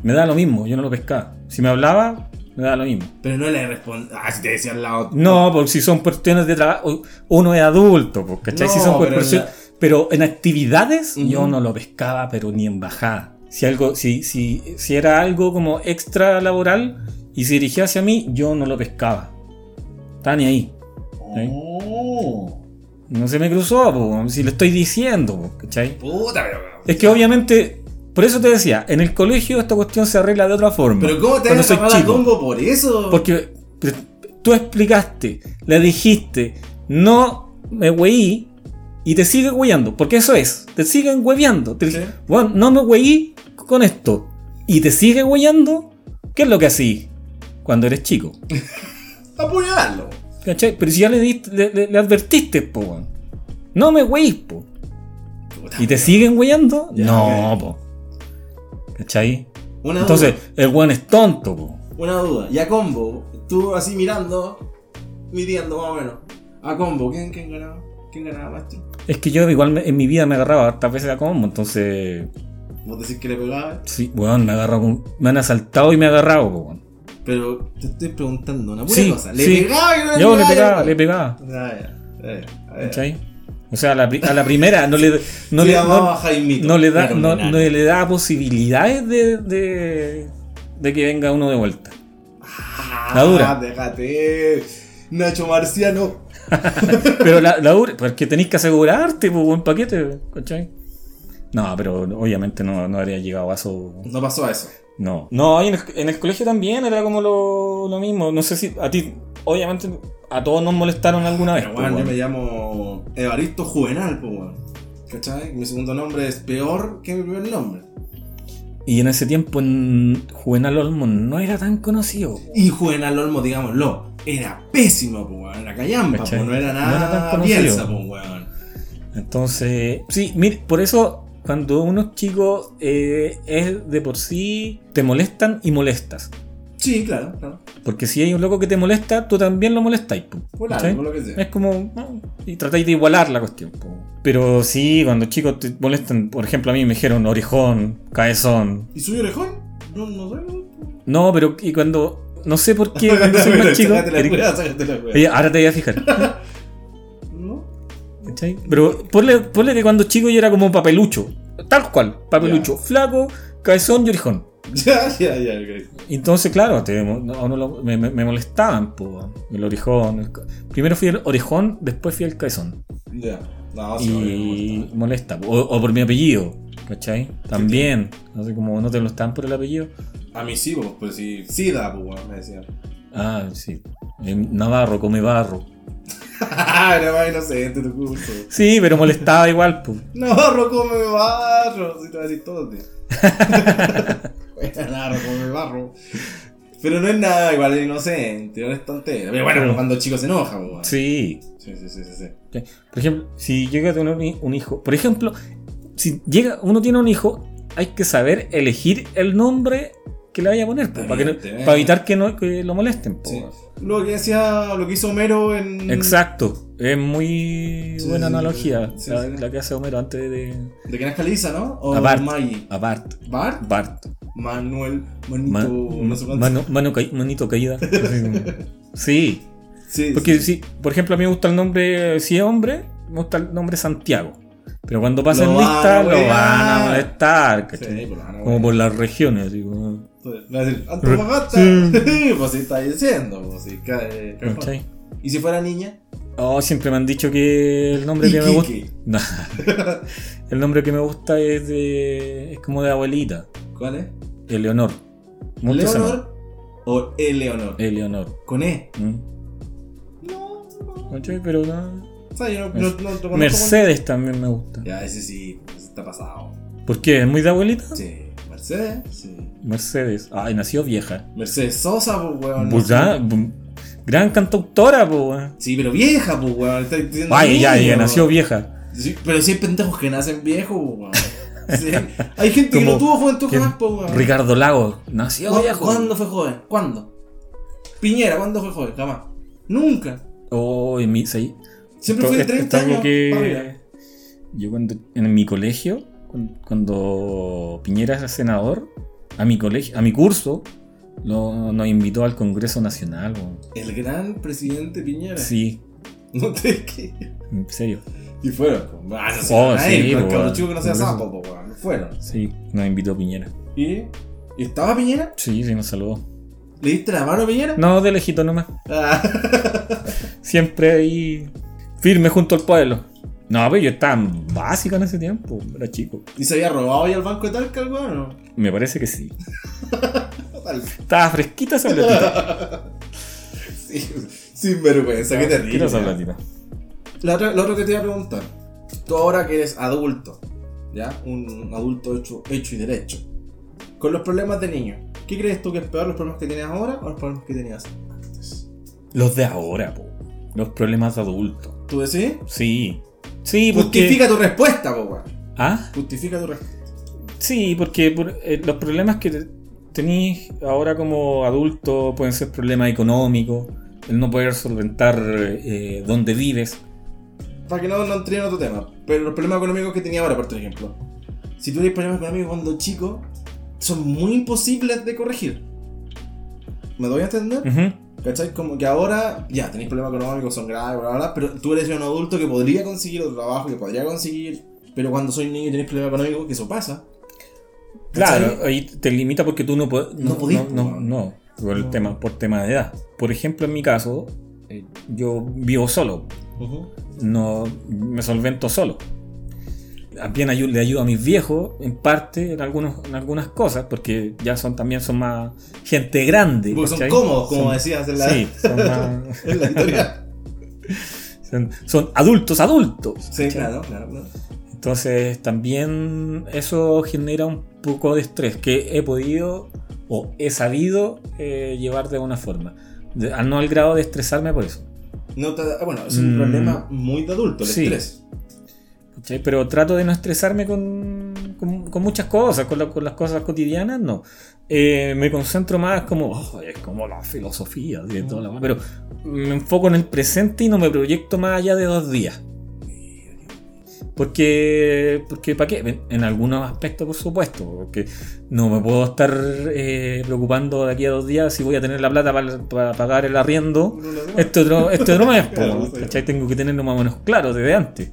Me da lo mismo, yo no lo pescaba. Si me hablaba, me da lo mismo. Pero no le respondió. Ah, si te decía al lado. No, porque si son cuestiones de trabajo, uno es adulto, pues, ¿cachai? si No, son pero en cuestiones- la- pero, en actividades yo Ujú. no lo pescaba, pero ni en bajada. Si, algo, si, si, si era algo como extra laboral y se dirigía hacia mí, yo no lo pescaba. Está ni ahí. Oh, No se me cruzó, pues, si le estoy diciendo, pues, ¿cachai? puta, pero. Es que obviamente, por eso te decía, en el colegio esta cuestión se arregla de otra forma. Pero ¿cómo te Cuando vas soy a agarrar a chico. Congo por eso? Porque tú explicaste, le dijiste, no me hueí y te sigue hueando, porque eso es, te siguen hueveando. Te Sí. dije, "Weón, no me hueí con esto y te sigue hueando, ¿qué es lo que así cuando eres chico? Apuñalarlo. ¿Cachai? Pero si ya le, diste- le, le- le advertiste, po, weón. no me hueís, po. Puta, ¿Y te siguen hueando? Ya, no, ok. po. ¿Cachai? Una Entonces, el weón es tonto, po. duda, una duda. Y a Combo, tú así mirando, midiendo más o menos. A Combo, ¿quién, quién ganaba? ¿Quién ganaba, maestro? Es que yo igual me- en mi vida me agarraba hartas veces a combo, entonces. Vos decís que le pegaba, Sí, weón, me agarró con- Me han asaltado y me ha agarrado, po, weón. pero te estoy preguntando una pura Sí, cosa. ¿Le sí. pegaba Ah, y no le Yo le pegaba? pegaba, le pegaba. Ah, ya, ya, ya. ¿Cachai? O sea, a la, pri- a la primera no le, no Se le, llamaba no- Jaimito. no le da, Era un no, enano. no le da posibilidades de, de, de que venga uno de vuelta. La dura. Ah, déjate. Nacho Marciano. Pero la, la ur- porque tenéis que asegurarte, pues, buen paquete, ¿cachai? No, pero obviamente no, no habría llegado a eso. No pasó a eso. No. No, y en el, en el colegio también era como lo, lo mismo. No sé si a ti, obviamente, a todos nos molestaron alguna vez. Pero pues, bueno, yo weón. me llamo Evaristo Juvenal, pues weón. ¿Cachai? Mi segundo nombre es peor que mi primer nombre. Y en ese tiempo, en Juvenal Olmo no era tan conocido. Y Juvenal Olmo, digámoslo, era pésimo, pues weón. Era callampa, ¿Cachai? pues no era No nada era tan conocido. piensa, pues weón. Entonces, sí, mire, por eso cuando unos chicos eh, es de por sí, te molestan y molestas. Sí, claro, claro. Porque si hay un loco que te molesta, tú también lo molestáis. po, Por ¿cachai? algo, por lo que sea. Es como. ¿no? Y tratáis de igualar la cuestión. po. Pero sí, cuando chicos te molestan, por ejemplo, a mí me dijeron orejón, cabezón. ¿Y soy orejón? No, no soy orejón. No, pero y cuando. No sé por qué, cuando soy más chico. Sácate la eres- weá, sácate la weá. Oye, ahora te voy a fijar. ¿No? ¿cachai? Pero ponle, ponle que cuando chico yo era como papelucho. Tal cual, papelucho. Flaco, cabezón y orejón. Ya, ya, ya, ok. Y Entonces, claro, te- no- a uno lo- me, me- me molestaban, po, el orejón. el ca- primero fui el orejón, después fui el cabezón. Ya. No, Ah, sí, obvio, y molesta, po, o, o por mi apellido, ¿cachai? También, así como no te molestaban por el apellido. no. A mis hijos, pues sí. Sida, pues weón, me decían. Ah, sí, en Navarro come barro. Era más inocente tu curso. Sí, pero molestaba igual, po. Navarro come barro, si te voy a decir todo, tío. Navarro come barro. Pero no es nada igual, es inocente, no es tontera. Pero bueno, Pero- cuando el chico se enoja, weón. Sí. Sí, sí, sí, sí, sí. Por ejemplo, si llega a tener un, hi- un hijo, por ejemplo, si llega uno tiene un hijo, hay que saber elegir el nombre que le vaya a poner, po, para, que no- Evidentemente. para evitar que, no, que lo molesten. po. eh. Sí. Lo que decía, lo que hizo Homero en. Exacto, es muy Sí, buena sí, analogía sí, la, sí. la que hace Homero antes de... De que nazca Lisa, ¿no? O A Bart. Maggie. A Bart, Bart, Bart, Manuel, Manito, Ma- no sé cuánto. mano- mano ca- manito caída. Sí, sí, porque sí. sí, por ejemplo a mí me gusta el nombre, si es hombre, me gusta el nombre Santiago. Pero cuando pasen Lo van a lista lo wear. van a molestar, ¿cachai? Sí, por pues, la Como por las regiones, así como, Me va a decir, Antofagasta. pues sí, está diciendo, pues sí, cae. cae- ¿cachai? ¿Y si fuera niña? Oh, siempre me han dicho que el nombre que me gusta. Iquique. No. el nombre que me gusta es de. es como de abuelita. ¿Cuál es? Eleonor. Montesano. ¿Leonor o Eleonor? Eh. Eleonor. Con E. ¿Mm? No, no. ¿Cachai? Pero no. O sea, yo no, no, no, no Mercedes también me gusta. como- Ya, ese sí, ese está pasado. ¿Por qué? ¿Es muy de abuelita? Sí, Mercedes, sí. Mercedes. Ay, nació vieja. Mercedes Sosa, pues, weón. no Pues sé. ya, bu- gran cantautora, pues. weón. Sí, pero vieja, pues, weón. Está diciendo Ay, ya, niño, ya, nació weón. vieja. Sí, pero sí hay pendejos que nacen viejos, pues, weón. Sí. Hay gente que Como- no tuvo juventud ¿quién? jamás, pues, weón. Ricardo Lago, nació ¿Cu- viejo. ¿Cuándo fue joven? ¿Cuándo? Piñera, ¿cuándo fue joven? Jamás. Nunca. Oh, en mi, sí. Siempre Esto- fue de esto 30 es algo años. para arriba. que yo cuando en mi colegio, cuan- cuando Piñera era senador, a mi colegio, a mi curso, lo- nos invitó al Congreso Nacional. weón. El gran presidente Piñera. Sí, No te que. en serio. Y fueron. po. Ah, no sé. Oh, ahí, sí, pero po, el cabro weón. chico que no sea Por eso. sapo, po, weón. Fueron. Sí, nos invitó Piñera. ¿Y? ¿Y estaba Piñera? Sí, sí, nos saludó. ¿Le diste la mano a Piñera? No, de lejito nomás. Ah, Siempre ahí firme junto al pueblo. No, pero yo estaba en básica en ese tiempo, era chico. ¿Y se había robado ya el banco de Talca, el weón? o no? Me parece que sí. Tal- Estaba fresquita esa platita. Sí, sin vergüenza, qué Fresquita Ah, esa terrible. platita. La otra- Lo otro que te iba a preguntar. Tú ahora que eres adulto, ¿ya? Un adulto hecho, hecho y derecho. Con los problemas de niño, ¿qué crees tú que es peor, los problemas que tienes ahora o los problemas que tenías antes? Los de ahora, po. Los problemas de adultos. ¿Tú decís? Sí. Sí, porque. Justifica tu respuesta, po, weón. ¿Ah? Justifica tu respuesta. Sí, porque por- eh, los problemas que te- tenís ahora como adulto pueden ser problemas económicos, el no poder solventar eh, dónde vives. Para que no, no entre en otro tema. Pero los problemas económicos que tenía ahora, por ejemplo. Si tú tienes problemas económicos cuando chico, son muy imposibles de corregir. ¿Me doy a entender? Ujú. ¿Cachai? Como que ahora, ya, tenéis problemas económicos, son graves, bla, bla, bla, pero tú eres un adulto que podría conseguir otro trabajo, que podría conseguir, pero cuando soy niño y tenés problemas económicos, que eso pasa. ¿Cachai? Claro, ahí te limita porque tú no puedes. No podís, No, po. no, por, el No. tema, por tema de edad. Por ejemplo, en mi caso, eh, yo vivo solo. Ujú. No me solvento solo. También ayu- le ayudo a mis viejos, en parte, en, algunos, en algunas cosas, porque ya son también son más gente grande. Porque son ¿cachai? cómodos, como Son- decías en la, Sí, son, más- en la historia. son- son adultos, adultos. Sí, ¿cachai? claro, claro, claro. Entonces también eso genera un poco de estrés que he podido o he sabido eh, llevar de una forma. De- al no al grado de estresarme por eso. No te da- bueno, es un Mm. problema muy de adulto, el Sí. estrés. ¿cachai? Pero trato de no estresarme con, con- con muchas cosas, con, la- con las cosas cotidianas, no. Eh, me concentro más como, "Oh, es como la filosofía de toda la- Pero me enfoco en el presente y no me proyecto más allá de dos días. Porque, porque ¿para qué? En, en algunos aspectos, por supuesto. Porque no me puedo estar eh, preocupando de aquí a dos días si voy a tener la plata para, para pagar el arriendo. Este otro, este otro mes, po, Claro, sí. ¿cachai? Tengo que tenerlo más o menos claro desde antes.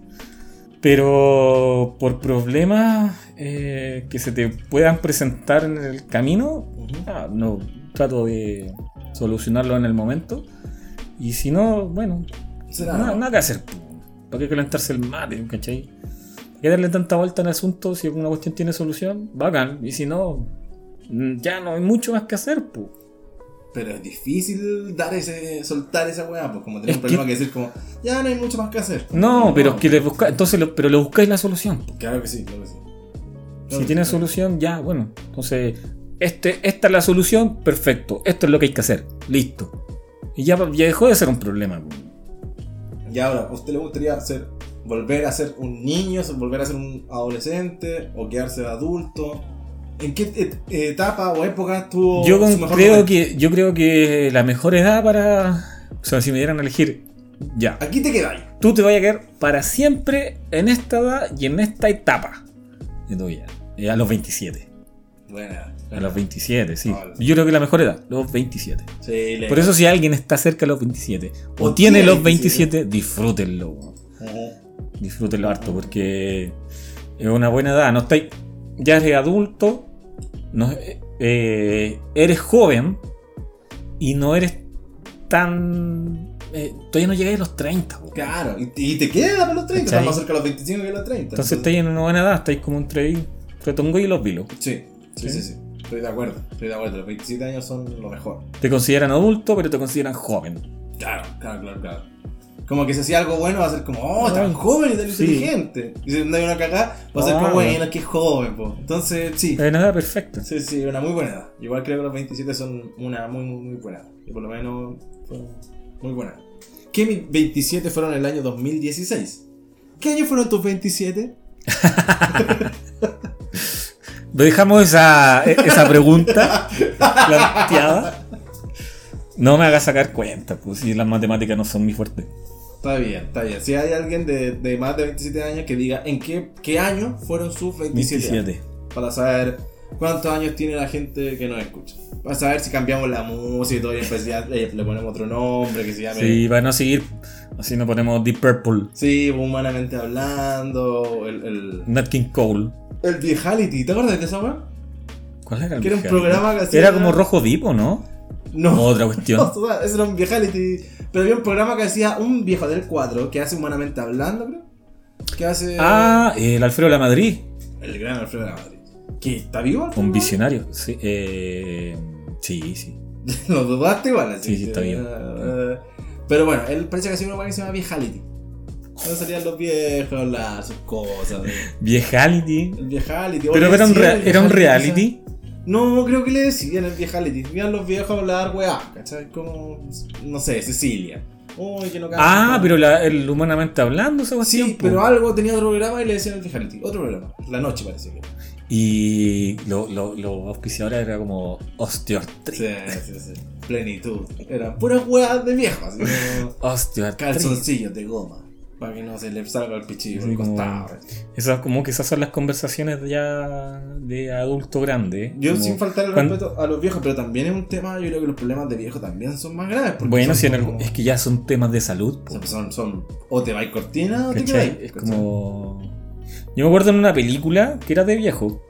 Pero por problemas eh, que se te puedan presentar en el camino, Ujú. ah, no trato de solucionarlo en el momento. Y si no, bueno, Será, nada, ¿no? nada que hacer. po. ¿Para qué calentarse el mate, cachai? ¿Para qué darle tanta vuelta al asunto? Si alguna cuestión tiene solución, bacán. Y si no, mm, ya no hay mucho más que hacer, po. Pero es difícil dar ese, soltar esa weá, pues como tener Es un problema que- que... decir como, ya no hay mucho más que hacer. No, pero es que le busca, entonces lo- pero le buscáis la solución. po. Claro que sí, claro que sí. Si tienes solución, ya, bueno. Entonces, este, esta es la solución, perfecto. Esto es lo que hay que hacer. Listo. Y ya, ya dejó de ser un problema. po. Y ahora, ¿a usted le gustaría ser, volver a ser un niño, ser- volver a ser un adolescente o quedarse de adulto? ¿En qué et- etapa o época estuvo Yo, con- su mejor creo momento? que, yo creo que la mejor edad para. O sea, si me dieran a elegir, ya. Aquí te quedáis. Tú te vas a quedar para siempre en esta edad y en esta etapa de tu vida. Eh, A los 27. Buena. A los 27, sí. Ah, Yo creo que la mejor edad, los 27. Sí, le- Por eso, si alguien está cerca de los 27 o O tiene tiene los 27, 27, disfrútenlo. weón. Ujú. disfrútenlo harto porque es una buena edad. No estáis, ya eres adulto, no, eh, eres joven y no eres tan. eh, todavía no llegáis a los 30. po. Claro, y, y te queda para los 30, ¿Cachai? estás más cerca de los 25 que de los 30. Entonces estáis en una buena edad, estáis como entre, entre Tongo y los Vilos. Sí, sí, ¿Sí? sí, sí. Estoy de acuerdo, estoy de acuerdo. Los 27 años son lo mejor. Te consideran adulto, pero te consideran joven. Claro, claro, claro, claro. Como que si hacía algo bueno va a ser como, oh, tan Ay, joven y tan sí. inteligente. Y si no hay una cagada, va a ser Ah, como, bueno. bueno, que joven, po. Entonces, sí. Es una edad perfecta. Sí, sí, una muy buena edad. Igual creo que los 27 son una muy, muy, muy buena edad. Y por lo menos fue muy buena. edad. ¿Qué mis 27 fueron el año 2016? ¿Qué año fueron tus 27? Dejamos esa, e- esa pregunta planteada. No me hagas sacar cuenta, pues si las matemáticas no son mi fuerte. Está bien, está bien. Si hay alguien de, de más de 27 años que diga en qué, qué año fueron sus 27, años. 27. Para saber cuántos años tiene la gente que nos escucha. Para saber si cambiamos la música y todo y en especial, eh, le ponemos otro nombre que se llame. Sí, para no seguir, así no ponemos Deep Purple, Sí, humanamente hablando, el, el, Nat King Cole. el Viejality, ¿te acuerdas de esa weá? ¿Cuál era el Que era un viaje? programa que hacía- Era como Rojo Deep, ¿o no? No, Otra cuestión. no, ese era un Viejality. Pero había un programa que hacía un viejo del cuadro que hace humanamente hablando, creo. Que hace Ah, el Alfredo La Madrid, el gran Alfredo de la Madrid. ¿Que está vivo? Alfredo un Lamadrid? visionario. Sí, eh, sí, sí. Lo dudaste igual. así Sí, sí, está que, bien. eh, pero bueno, él parece que hacía una weá que se llama Viejality. Entonces salían los viejos, las sus cosas. ¿no? Viejality. El Viejality. Pero oye, era un, sí, rea- el era un Viejality, reality. quizás. No, creo que le decían el Viejality. Veían los viejos a hablar weá, ¿cachai? Como, no sé, Cecilia. Uy, que no canta. Ah, pero la- el humanamente hablando, esa cuestión. Sí, po. pero algo tenía otro programa y le decían el Viejality. Otro programa. La noche parece que. era. Y los lo, lo auspiciadores era como osteoartritis. Sí, sí, sí. Plenitud. Eran puras weas de viejos. así como Osteoartritis. Calzoncillos de goma. Para que no se le salga el pichillo Sí, por el como- costado. Esas, como que esas son las conversaciones ya de adulto grande. Yo como- sin faltar el cuan- respeto a los viejos, pero también es un tema, yo creo que los problemas de viejos también son más graves. porque Bueno, son si en algo- como- es que ya son temas de salud. po, son, son, son- o te vais cortina o te ¿cachai? quedáis. Es como. Yo me acuerdo en una película que era de viejo.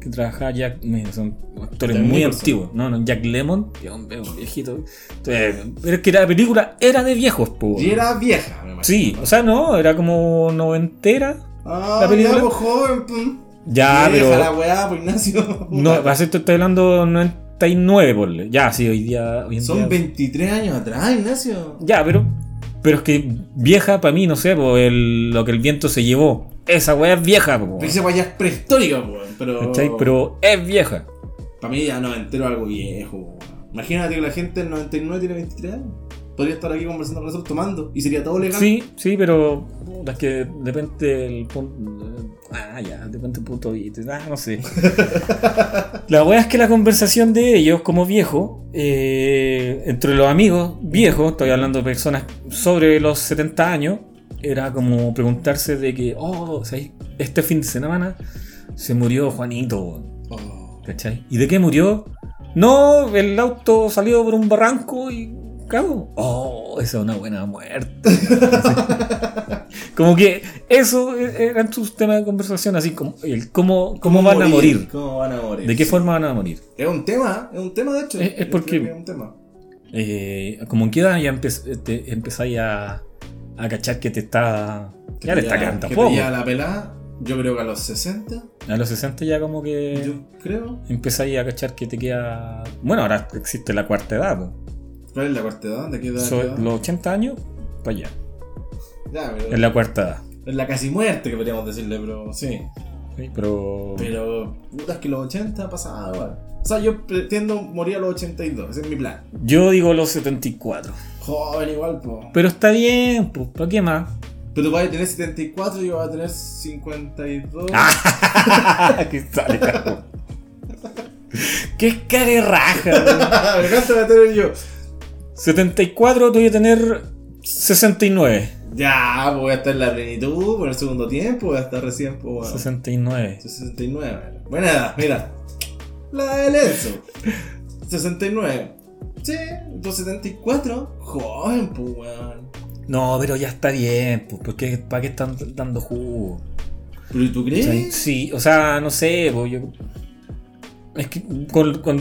Que trabajaba Jack. me- Son actores Jack muy Nicholson. antiguos. No, no, Jack Lemon. Yo veo viejito. Entonces, pero es que la película era de viejos, po. Y era vieja, me imagino. Sí, o sea, no, era como noventera. Ah, la película- ya, pues, joven, pum. Ya, Vieja pero. la weá, pues, Ignacio. No, va a ser, te estoy hablando 99, ponle. Ya, sí, hoy día. Hoy en día- Son 23 años atrás, Ignacio. Ya, pero. Pero es que vieja para mí, no sé, po, el- lo que el viento se llevó. Esa weá es vieja, po. Pero Esa weá ya es prehistórica, pues, pero. ¿Cachai? Pero es vieja. Para mí ya no entero algo viejo. weón. Imagínate que la gente en 99 tiene 23 años. Podría estar aquí conversando con nosotros tomando y sería todo legal. Sí, sí, pero. puta, Es que depende el punto. Ah, ya, depende el punto. de vista. Ah, no sé. la wea es que la conversación de ellos, como viejo, eh, entre los amigos viejos, estoy hablando de personas sobre los 70 años, era como preguntarse de que, oh, ¿sabes? este fin de semana se murió Juanito, weón. Oh. ¿Cachai? ¿Y de qué murió? No, el auto salió por un barranco y cago. Oh, esa es una buena muerte. como que eso e- eran sus temas de conversación, así como el cómo, cómo, van a morir. ¿Cómo van a morir? ¿De qué Sí. forma van a morir? Es un tema, es un tema de hecho. Es- es Yo creo porque- que Es un tema. Eh, como en qué edad ya empe- te- empezáis a, a cachar que te está. Ya le está quedando que poco. te llega la pelada, yo creo que a los 60, A los 60 ya como que. yo creo. Empezáis a cachar que te queda. Bueno, ahora existe la cuarta edad, po. ¿Cuál es la cuarta edad? ¿De qué edad? So- qué edad? los 80 años, para allá. Ya, pero- En la cuarta edad. Es la casi muerte que podríamos decirle, pero sí. Sí, Pero. Pero, puta, es que los 80 pasaba igual. O sea, yo pretendo morir a los 82, ese es mi plan. Yo digo los 74. Joven igual, po. Pero está bien, pues, ¿para qué más? Pero tú vas a tener 74 y yo voy a tener 52. Ah. ¡Qué sale, cabrón. ¡Qué carerraja! ¿Pero ¿Cuánto voy a tener yo? 74, tú voy a tener 69. Ya, pues voy a estar en la plenitud por el segundo tiempo, voy a estar recién, pues. bueno, 69. 69. Buena edad, mira. La de Lenzo. 69. Sí, 274. Joven, pues, weón. No, pero ya está bien, pues, porque ¿para qué están dando jugo? ¿Pero tú O sea, crees? Sí, o sea, no sé, pues, yo- Es que con, con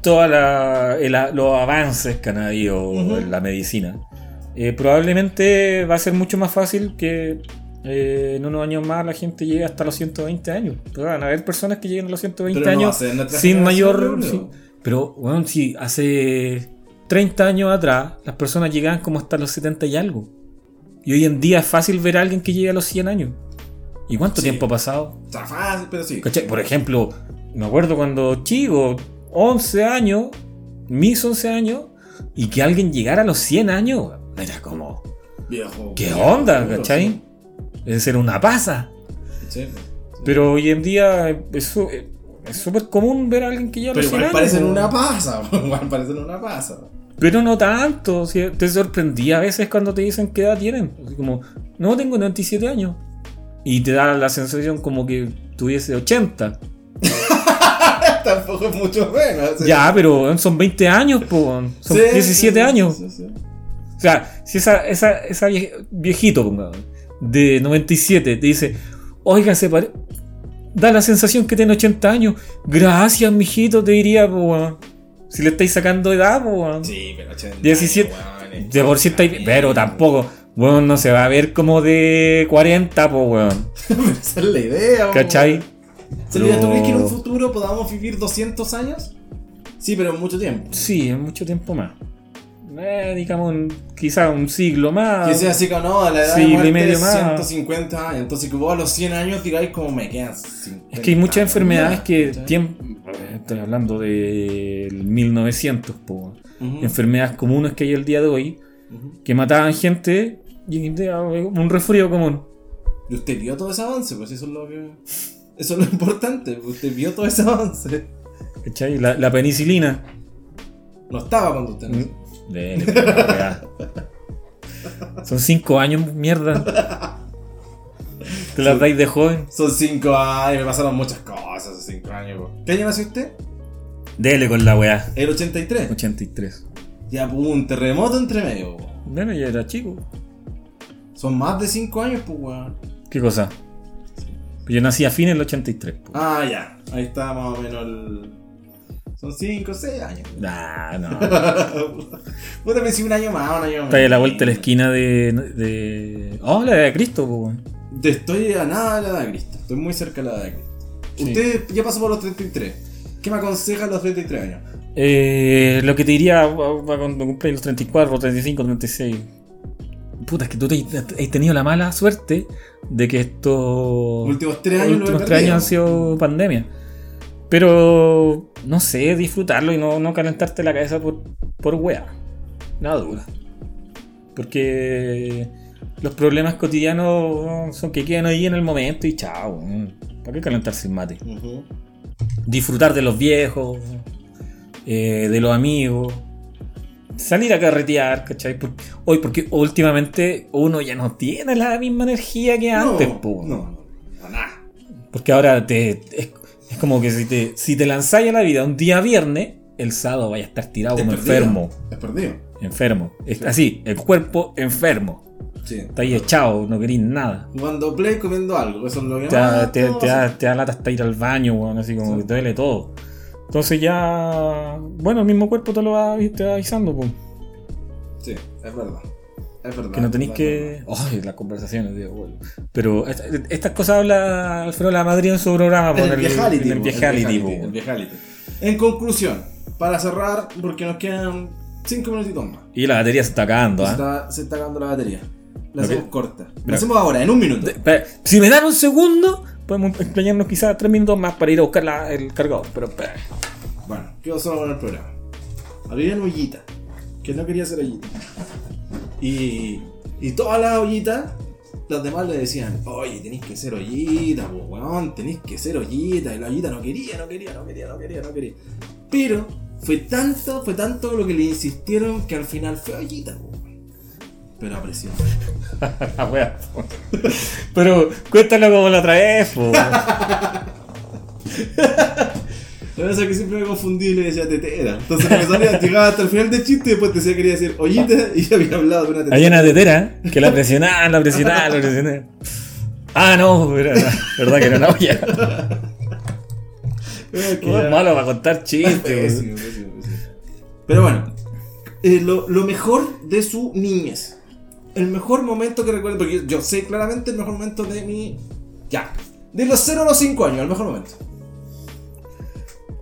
todos los avances que han habido Ujú. en la medicina, eh, probablemente va a ser mucho más fácil que eh, en unos años más la gente llegue hasta los 120 años. Pero van a haber personas que lleguen a los 120 Pero no va a años ser nuestra sin generación, mayor. boludo. sin- pero, bueno, si hace 30 años atrás las personas llegaban como hasta los 70 y algo. Y hoy en día es fácil ver a alguien que llegue a los 100 años. ¿Y cuánto Sí. tiempo ha pasado? Está fácil, pero sí. ¿Cachai? Por ejemplo, me acuerdo cuando chico, 11 años, mis 11 años, y que alguien llegara a los 100 años, era como, Viejo. ¿qué viejo, onda? seguro, ¿Cachai? sí. Es ser una pasa. Sí. Pero hoy en día es su- eh, es súper común ver a alguien que llega a Pero los 100 igual años. parecen una pasa, igual parecen una pasa. Pero no tanto, o sea, te sorprendía a veces cuando te dicen qué edad tienen. Así como, no, tengo 97 años. Y te da la sensación como que tuviese 80. Tampoco es mucho menos. sí. Ya, pero son 20 años, po, weón. son Sí, 17 sí, sí, años. sí, sí. O sea, si esa, esa, esa vie- viejito, pongamos, de 97, te dice, oiga, se pare- da la sensación que tiene 80 años. Gracias, mijito, te diría, po, weón. si le estáis sacando edad, po, weón. Sí, pero 80 17 años, weón, de por sí estáis- bien. pero tampoco, weón, no se va a ver como de 40, po, weón. Esa es la idea, weón. ¿Cachai? ¿Se le ¿Tú Pero- crees que en un futuro podamos vivir 200 años? Sí, pero en mucho tiempo. Sí, es mucho tiempo más. Eh, digamos, un- quizá un siglo más. Que sea así como no, a la edad Sí, de muerte y medio es más. 150 años. Entonces, que vos a los 100 años digáis como me quedan 50 Es que hay muchas años enfermedades más, que ¿cachai? tiempo. Estoy hablando del 1900, po. Ujú, enfermedades comunes que hay el día de hoy ujú. que mataban gente y de- un resfrío común. Y usted vio todo ese avance, pues eso es lo que. Eso es lo importante, pues, usted vio todo ese avance. ¿Cachai? La, la penicilina. Mm. No estaba cuando usted nació. Dele, la weá. Son cinco años, mierda. Te las dais de joven. Son cinco años, me pasaron muchas cosas esos cinco años. po. ¿Qué año nació usted? Dele con la weá. El 83. 83. Ya hubo un terremoto entre medio. po. Bueno, ya era chico. Son más de cinco años, pues, weón. ¿Qué cosa? Yo nací a fines del 83. po. Ah, ya. Ahí está más o menos el. Son cinco, seis años. Nah, no. Puta, me hice un año más, un año más. Está ahí a la vuelta de la esquina de. de... Oh, la de Cristo, po, weón. Te estoy a nada de la edad de Cristo. Estoy muy cerca de la edad de Cristo. Sí. Usted ya pasó por los 33. ¿Qué me aconseja a los 33 años? Eh, lo que te diría va- va cuando cumplís los 34, 35, 36. Puta, es que tú te, has tenido la mala suerte de que estos Los últimos tres años Oh. los lo he últimos tres perdido. años han sido pandemia. Pero, no sé, disfrutarlo y no, no calentarte la cabeza por, por wea. Nada dura. Porque los problemas cotidianos son que quedan ahí en el momento y chao. ¿Para qué calentarse el mate? Ujú. disfrutar de los viejos, eh, de los amigos, salir a carretear, ¿cachai? Por- hoy, porque últimamente uno ya no tiene la misma energía que antes, no, po. No, no, nada. porque ahora te, es, es como que si te, si te lanzáis a la vida un día viernes, el sábado vaya a estar tirado como enfermo. Es perdido. Enfermo. Es así, el cuerpo enfermo. Sí. Está ahí echado, no querís nada. Jugando play, comiendo algo. Eso es lo que te, más. da- te, todo te hace. da, te da lata hasta ir al baño, weón, así como que te duele todo. Entonces ya, bueno, el mismo cuerpo te lo va, te va avisando, po, Sí, es verdad. Es verdad. que no tenéis es verdad. que... Ay, las conversaciones, tío, weón. Pero esta- estas cosas habla Alfredo La Madrid en su programa, po, En el viejality. en el po, viejality, po, el weón. viejality. En conclusión, para cerrar, porque nos quedan 5 minutitos más. Y la batería se está acabando, Se, ¿ah? está, se está acabando la batería. La Lo que- hacemos corta. Lo- La hacemos ahora, en un minuto. Espera, Si me dan un segundo, podemos empeñarnos quizás tres minutos más para ir a buscar la- el cargador, pero espera. Bueno, quedo solo con el programa. Había una ollita, que no quería ser ollita. Y, y todas las ollitas, las demás le decían, oye, tenéis que ser ollita, pues weón, tenéis que ser ollita. Y la ollita no quería, no quería, no quería, no quería, no quería. Pero fue tanto, fue tanto lo que le insistieron que al final fue ollita, po, weón. Pero apreció. La wea, po. Pero cuéntalo como la otra vez, po, weón. La verdad es que siempre me confundí y le decía tetera. Entonces me salía, llegaba hasta el final del chiste y después te decía que quería decir ollita y había hablado de una tetera. Había una tetera que la presionaban, la presionaban, la presionaban. Ah, no, era, verdad que era una olla. Era que Qué ya- malo para contar chistes. Pésimo, pésimo, pésimo. Pero bueno, eh, lo, lo mejor de su niñez. El mejor momento que recuerdo, porque yo, yo sé claramente el mejor momento de mi. Ya. De los 0 a los 5 años, el mejor momento.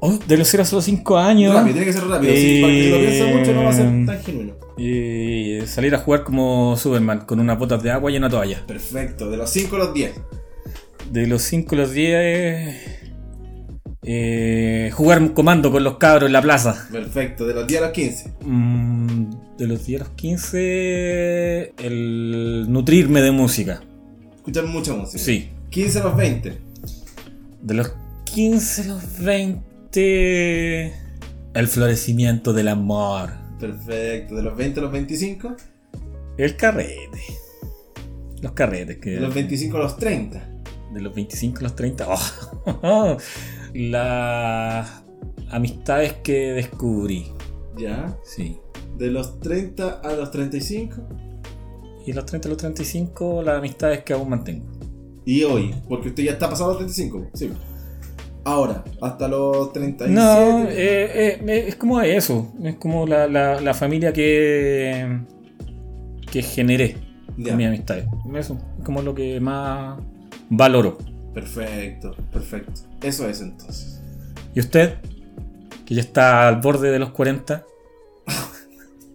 Oh, de los 0 a los 5 años. Rápido, tiene que ser rápido. sí, para que si lo piensa mucho no va a ser tan genuino. Y eh, salir a jugar como Superman, con unas botas de agua y una toalla. Perfecto, de los 5 a los 10. De los 5 a los 10. eh, jugar comando con los cabros en la plaza. Perfecto, de los 10 a los 15. Mm, de los 10 a los 15. El nutrirme de música. Escuchar mucha música. Sí. 15 a los 20. De los 15 a los 20. El florecimiento del amor. Perfecto, de los 20 a los 25. El carrete. Los carretes que. De los 25 a los 30. de los 25 a los 30. Oh. Las amistades que descubrí. Ya. Sí. De los 30 a los 35. Y los 30 a los 35, las amistades que aún mantengo. Y hoy, porque usted ya está pasado los 35, sí. Ahora, hasta los 37. No, eh, eh, eh, es como eso. Es como la, la- la familia que. que generé. Ya, con mis amistades. Eso es como lo que más valoro. Perfecto, perfecto. Eso es entonces. ¿Y usted? Que ya está al borde de los 40.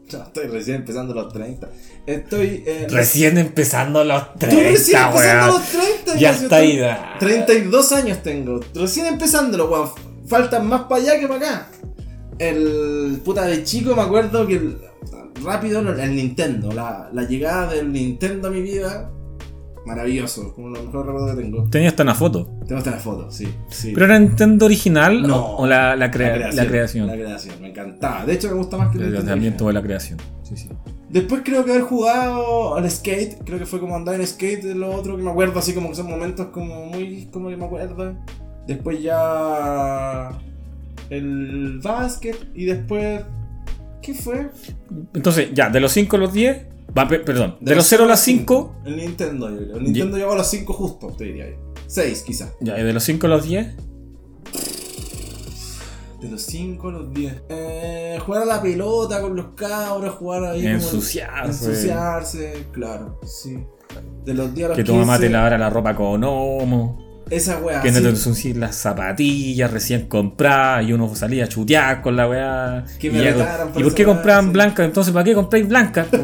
Ya estoy recién empezando los 30. Estoy. Eh, Recién empezando los Estoy 30, recién empezando weón. los 30. Ya yo está estoy- ahí. da. 32 años tengo. Recién empezándolo, weón. Faltan más para allá que para acá. El puta de chico me acuerdo que el- rápido el Nintendo, la, la llegada del Nintendo a mi vida Maravilloso, como lo mejor recuerdo que tengo. Tenía hasta una foto. Tengo hasta la foto, sí. sí. ¿Pero era Nintendo original o- No. o, la, la crea- la creación? La creación, me encantaba. De hecho, me gusta más que El Nintendo lanzamiento de original. la creación. Sí, sí. Después creo que haber jugado al skate, creo que fue como andar en skate, es lo otro que me acuerdo, así como que son momentos como muy, como que me acuerdo. Después ya el básquet y después, ¿qué fue? Entonces, ya, de los 5 a los 10, va, pe- perdón, de, los 0 a los 5, El Nintendo, yo creo. El Nintendo llegó a los 5 justo, te diría yo. 6 quizás. ya, y de los 5 a los 10, De los 5 a los 10. Eh, jugar a la pelota con los cabros, jugar ahí. como- Ensuciarse. Ensuciarse, claro, sí. De los 10 a los que tu mamá 15, te lavara la ropa con homo, Esa weá. que no sí. te ensucien las zapatillas recién compradas y uno salía a chutear con la weá. Que y me ya- retaran por ¿Y por qué esa weá, compraban sí. blancas? Entonces, ¿para qué compráis blancas? po?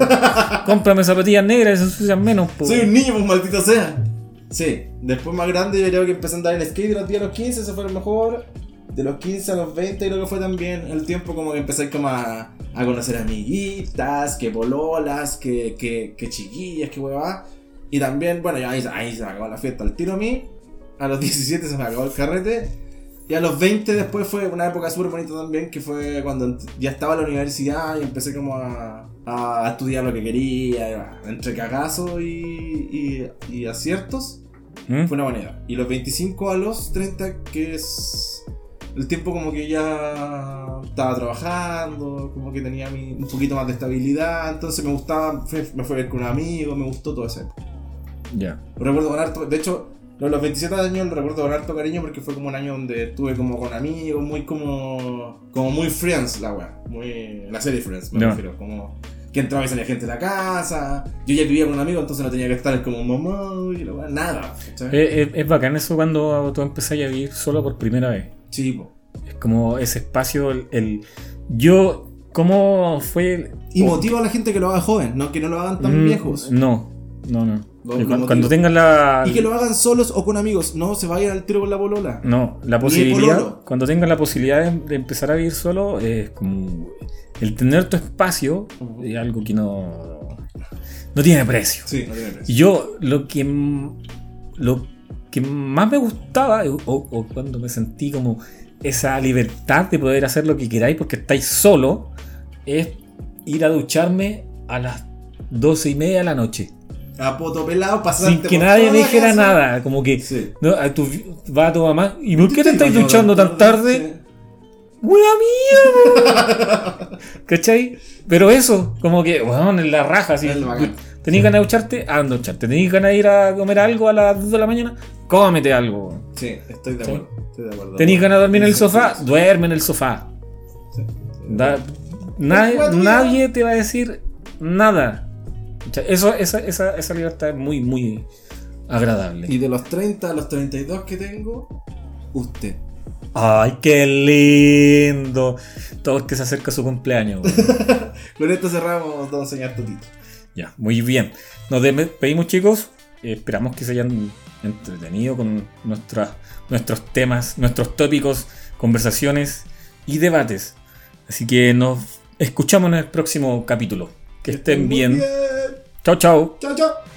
Cómprame zapatillas negras y se ensucian menos. po. Soy un niño, pues maldita sea. Sí, después más grande yo creo que empecé a andar en skate de los 10 a los 15, eso fue lo mejor. De los 15 a los 20 creo que fue también el tiempo como que empecé como a, a conocer amiguitas, que bololas, que, que, que chiquillas, que huevá. Y también, bueno, ya ahí, ahí se me acabó la fiesta al tiro a mí. A los 17 se me acabó el carrete. Y a los 20 después fue una época súper bonita también, que fue cuando ent- ya estaba en la universidad y empecé como a, a estudiar lo que quería, y va, entre cagazos y, y- y aciertos, ¿Mm? fue una moneda. Y los 25 a los 30, que es el tiempo como que ya estaba trabajando, como que tenía mi- un poquito más de estabilidad, entonces me gustaba, fue- me fue a ver con un amigo, me gustó todo eso. Ya. Lo recuerdo con harto. De hecho, lo de los 27 años lo recuerdo con harto cariño porque fue como un año donde estuve como con amigos, muy como. como muy friends la weá. Muy. La serie Friends, me Ya. refiero. Como. Que entraba y salía gente de la casa. Yo ya vivía con un amigo, entonces no tenía que estar como mamá y la weá, nada. ¿cachai? Es, Eh, es- es bacán eso cuando tú empezás a vivir solo por primera vez. Sí, po. Es como ese espacio, el, el- yo, ¿cómo fue? el- Y motivo a la gente que lo haga joven, no que no lo hagan tan oh. Mm, viejos. No, no, no. No, Cu- no motivo. cuando tengas la, Y que lo hagan solos o con amigos, no se vayan al tiro con la bolola. no, la Ni posibilidad, pololo. cuando tengas la posibilidad de, de empezar a vivir solo, es como el tener tu espacio Ujú. es algo que no, no tiene precio. Sí, no tiene precio. Y Yo lo que m- lo que más me gustaba eh, o, o cuando me sentí como esa libertad de poder hacer lo que queráis porque estáis solo es ir a ducharme a las doce y media de la noche A poto pelado, pasante sin que nadie me dijera nada como que Sí. no, a tu, va a tu mamá y por qué te estáis duchando tan tarde ¡Wea mía! weón! ¿Cachai? Pero eso, como que, weón, en la raja, así. Es bacán. Tenías ganas de ducharte, anda a ducharte. Tenías ganas de ir a comer algo a las 2 de la mañana, cómete algo. weón. Sí, estoy de Sí. acuerdo. Estoy de acuerdo. Tenías ganas de dormir en el Sí, sofá, sí, sí. duerme en el sofá. Sí. Da- nadie, Pero, weón, nadie te va a decir nada. ¿Cachai? Eso, esa, esa, esa libertad es muy, muy Y agradable. de los 30 a los 32 que tengo, usted. ¡Ay, qué lindo! Todo el que se acerca a su cumpleaños. weón. Loreto cerramos, don señor Totito. Ya, muy bien. Nos despedimos, chicos. Esperamos que se hayan entretenido con nuestras, nuestros temas, nuestros tópicos, conversaciones y debates. Así que nos escuchamos en el próximo capítulo. Que estén Muy bien. Chao, chao. Chao, chao.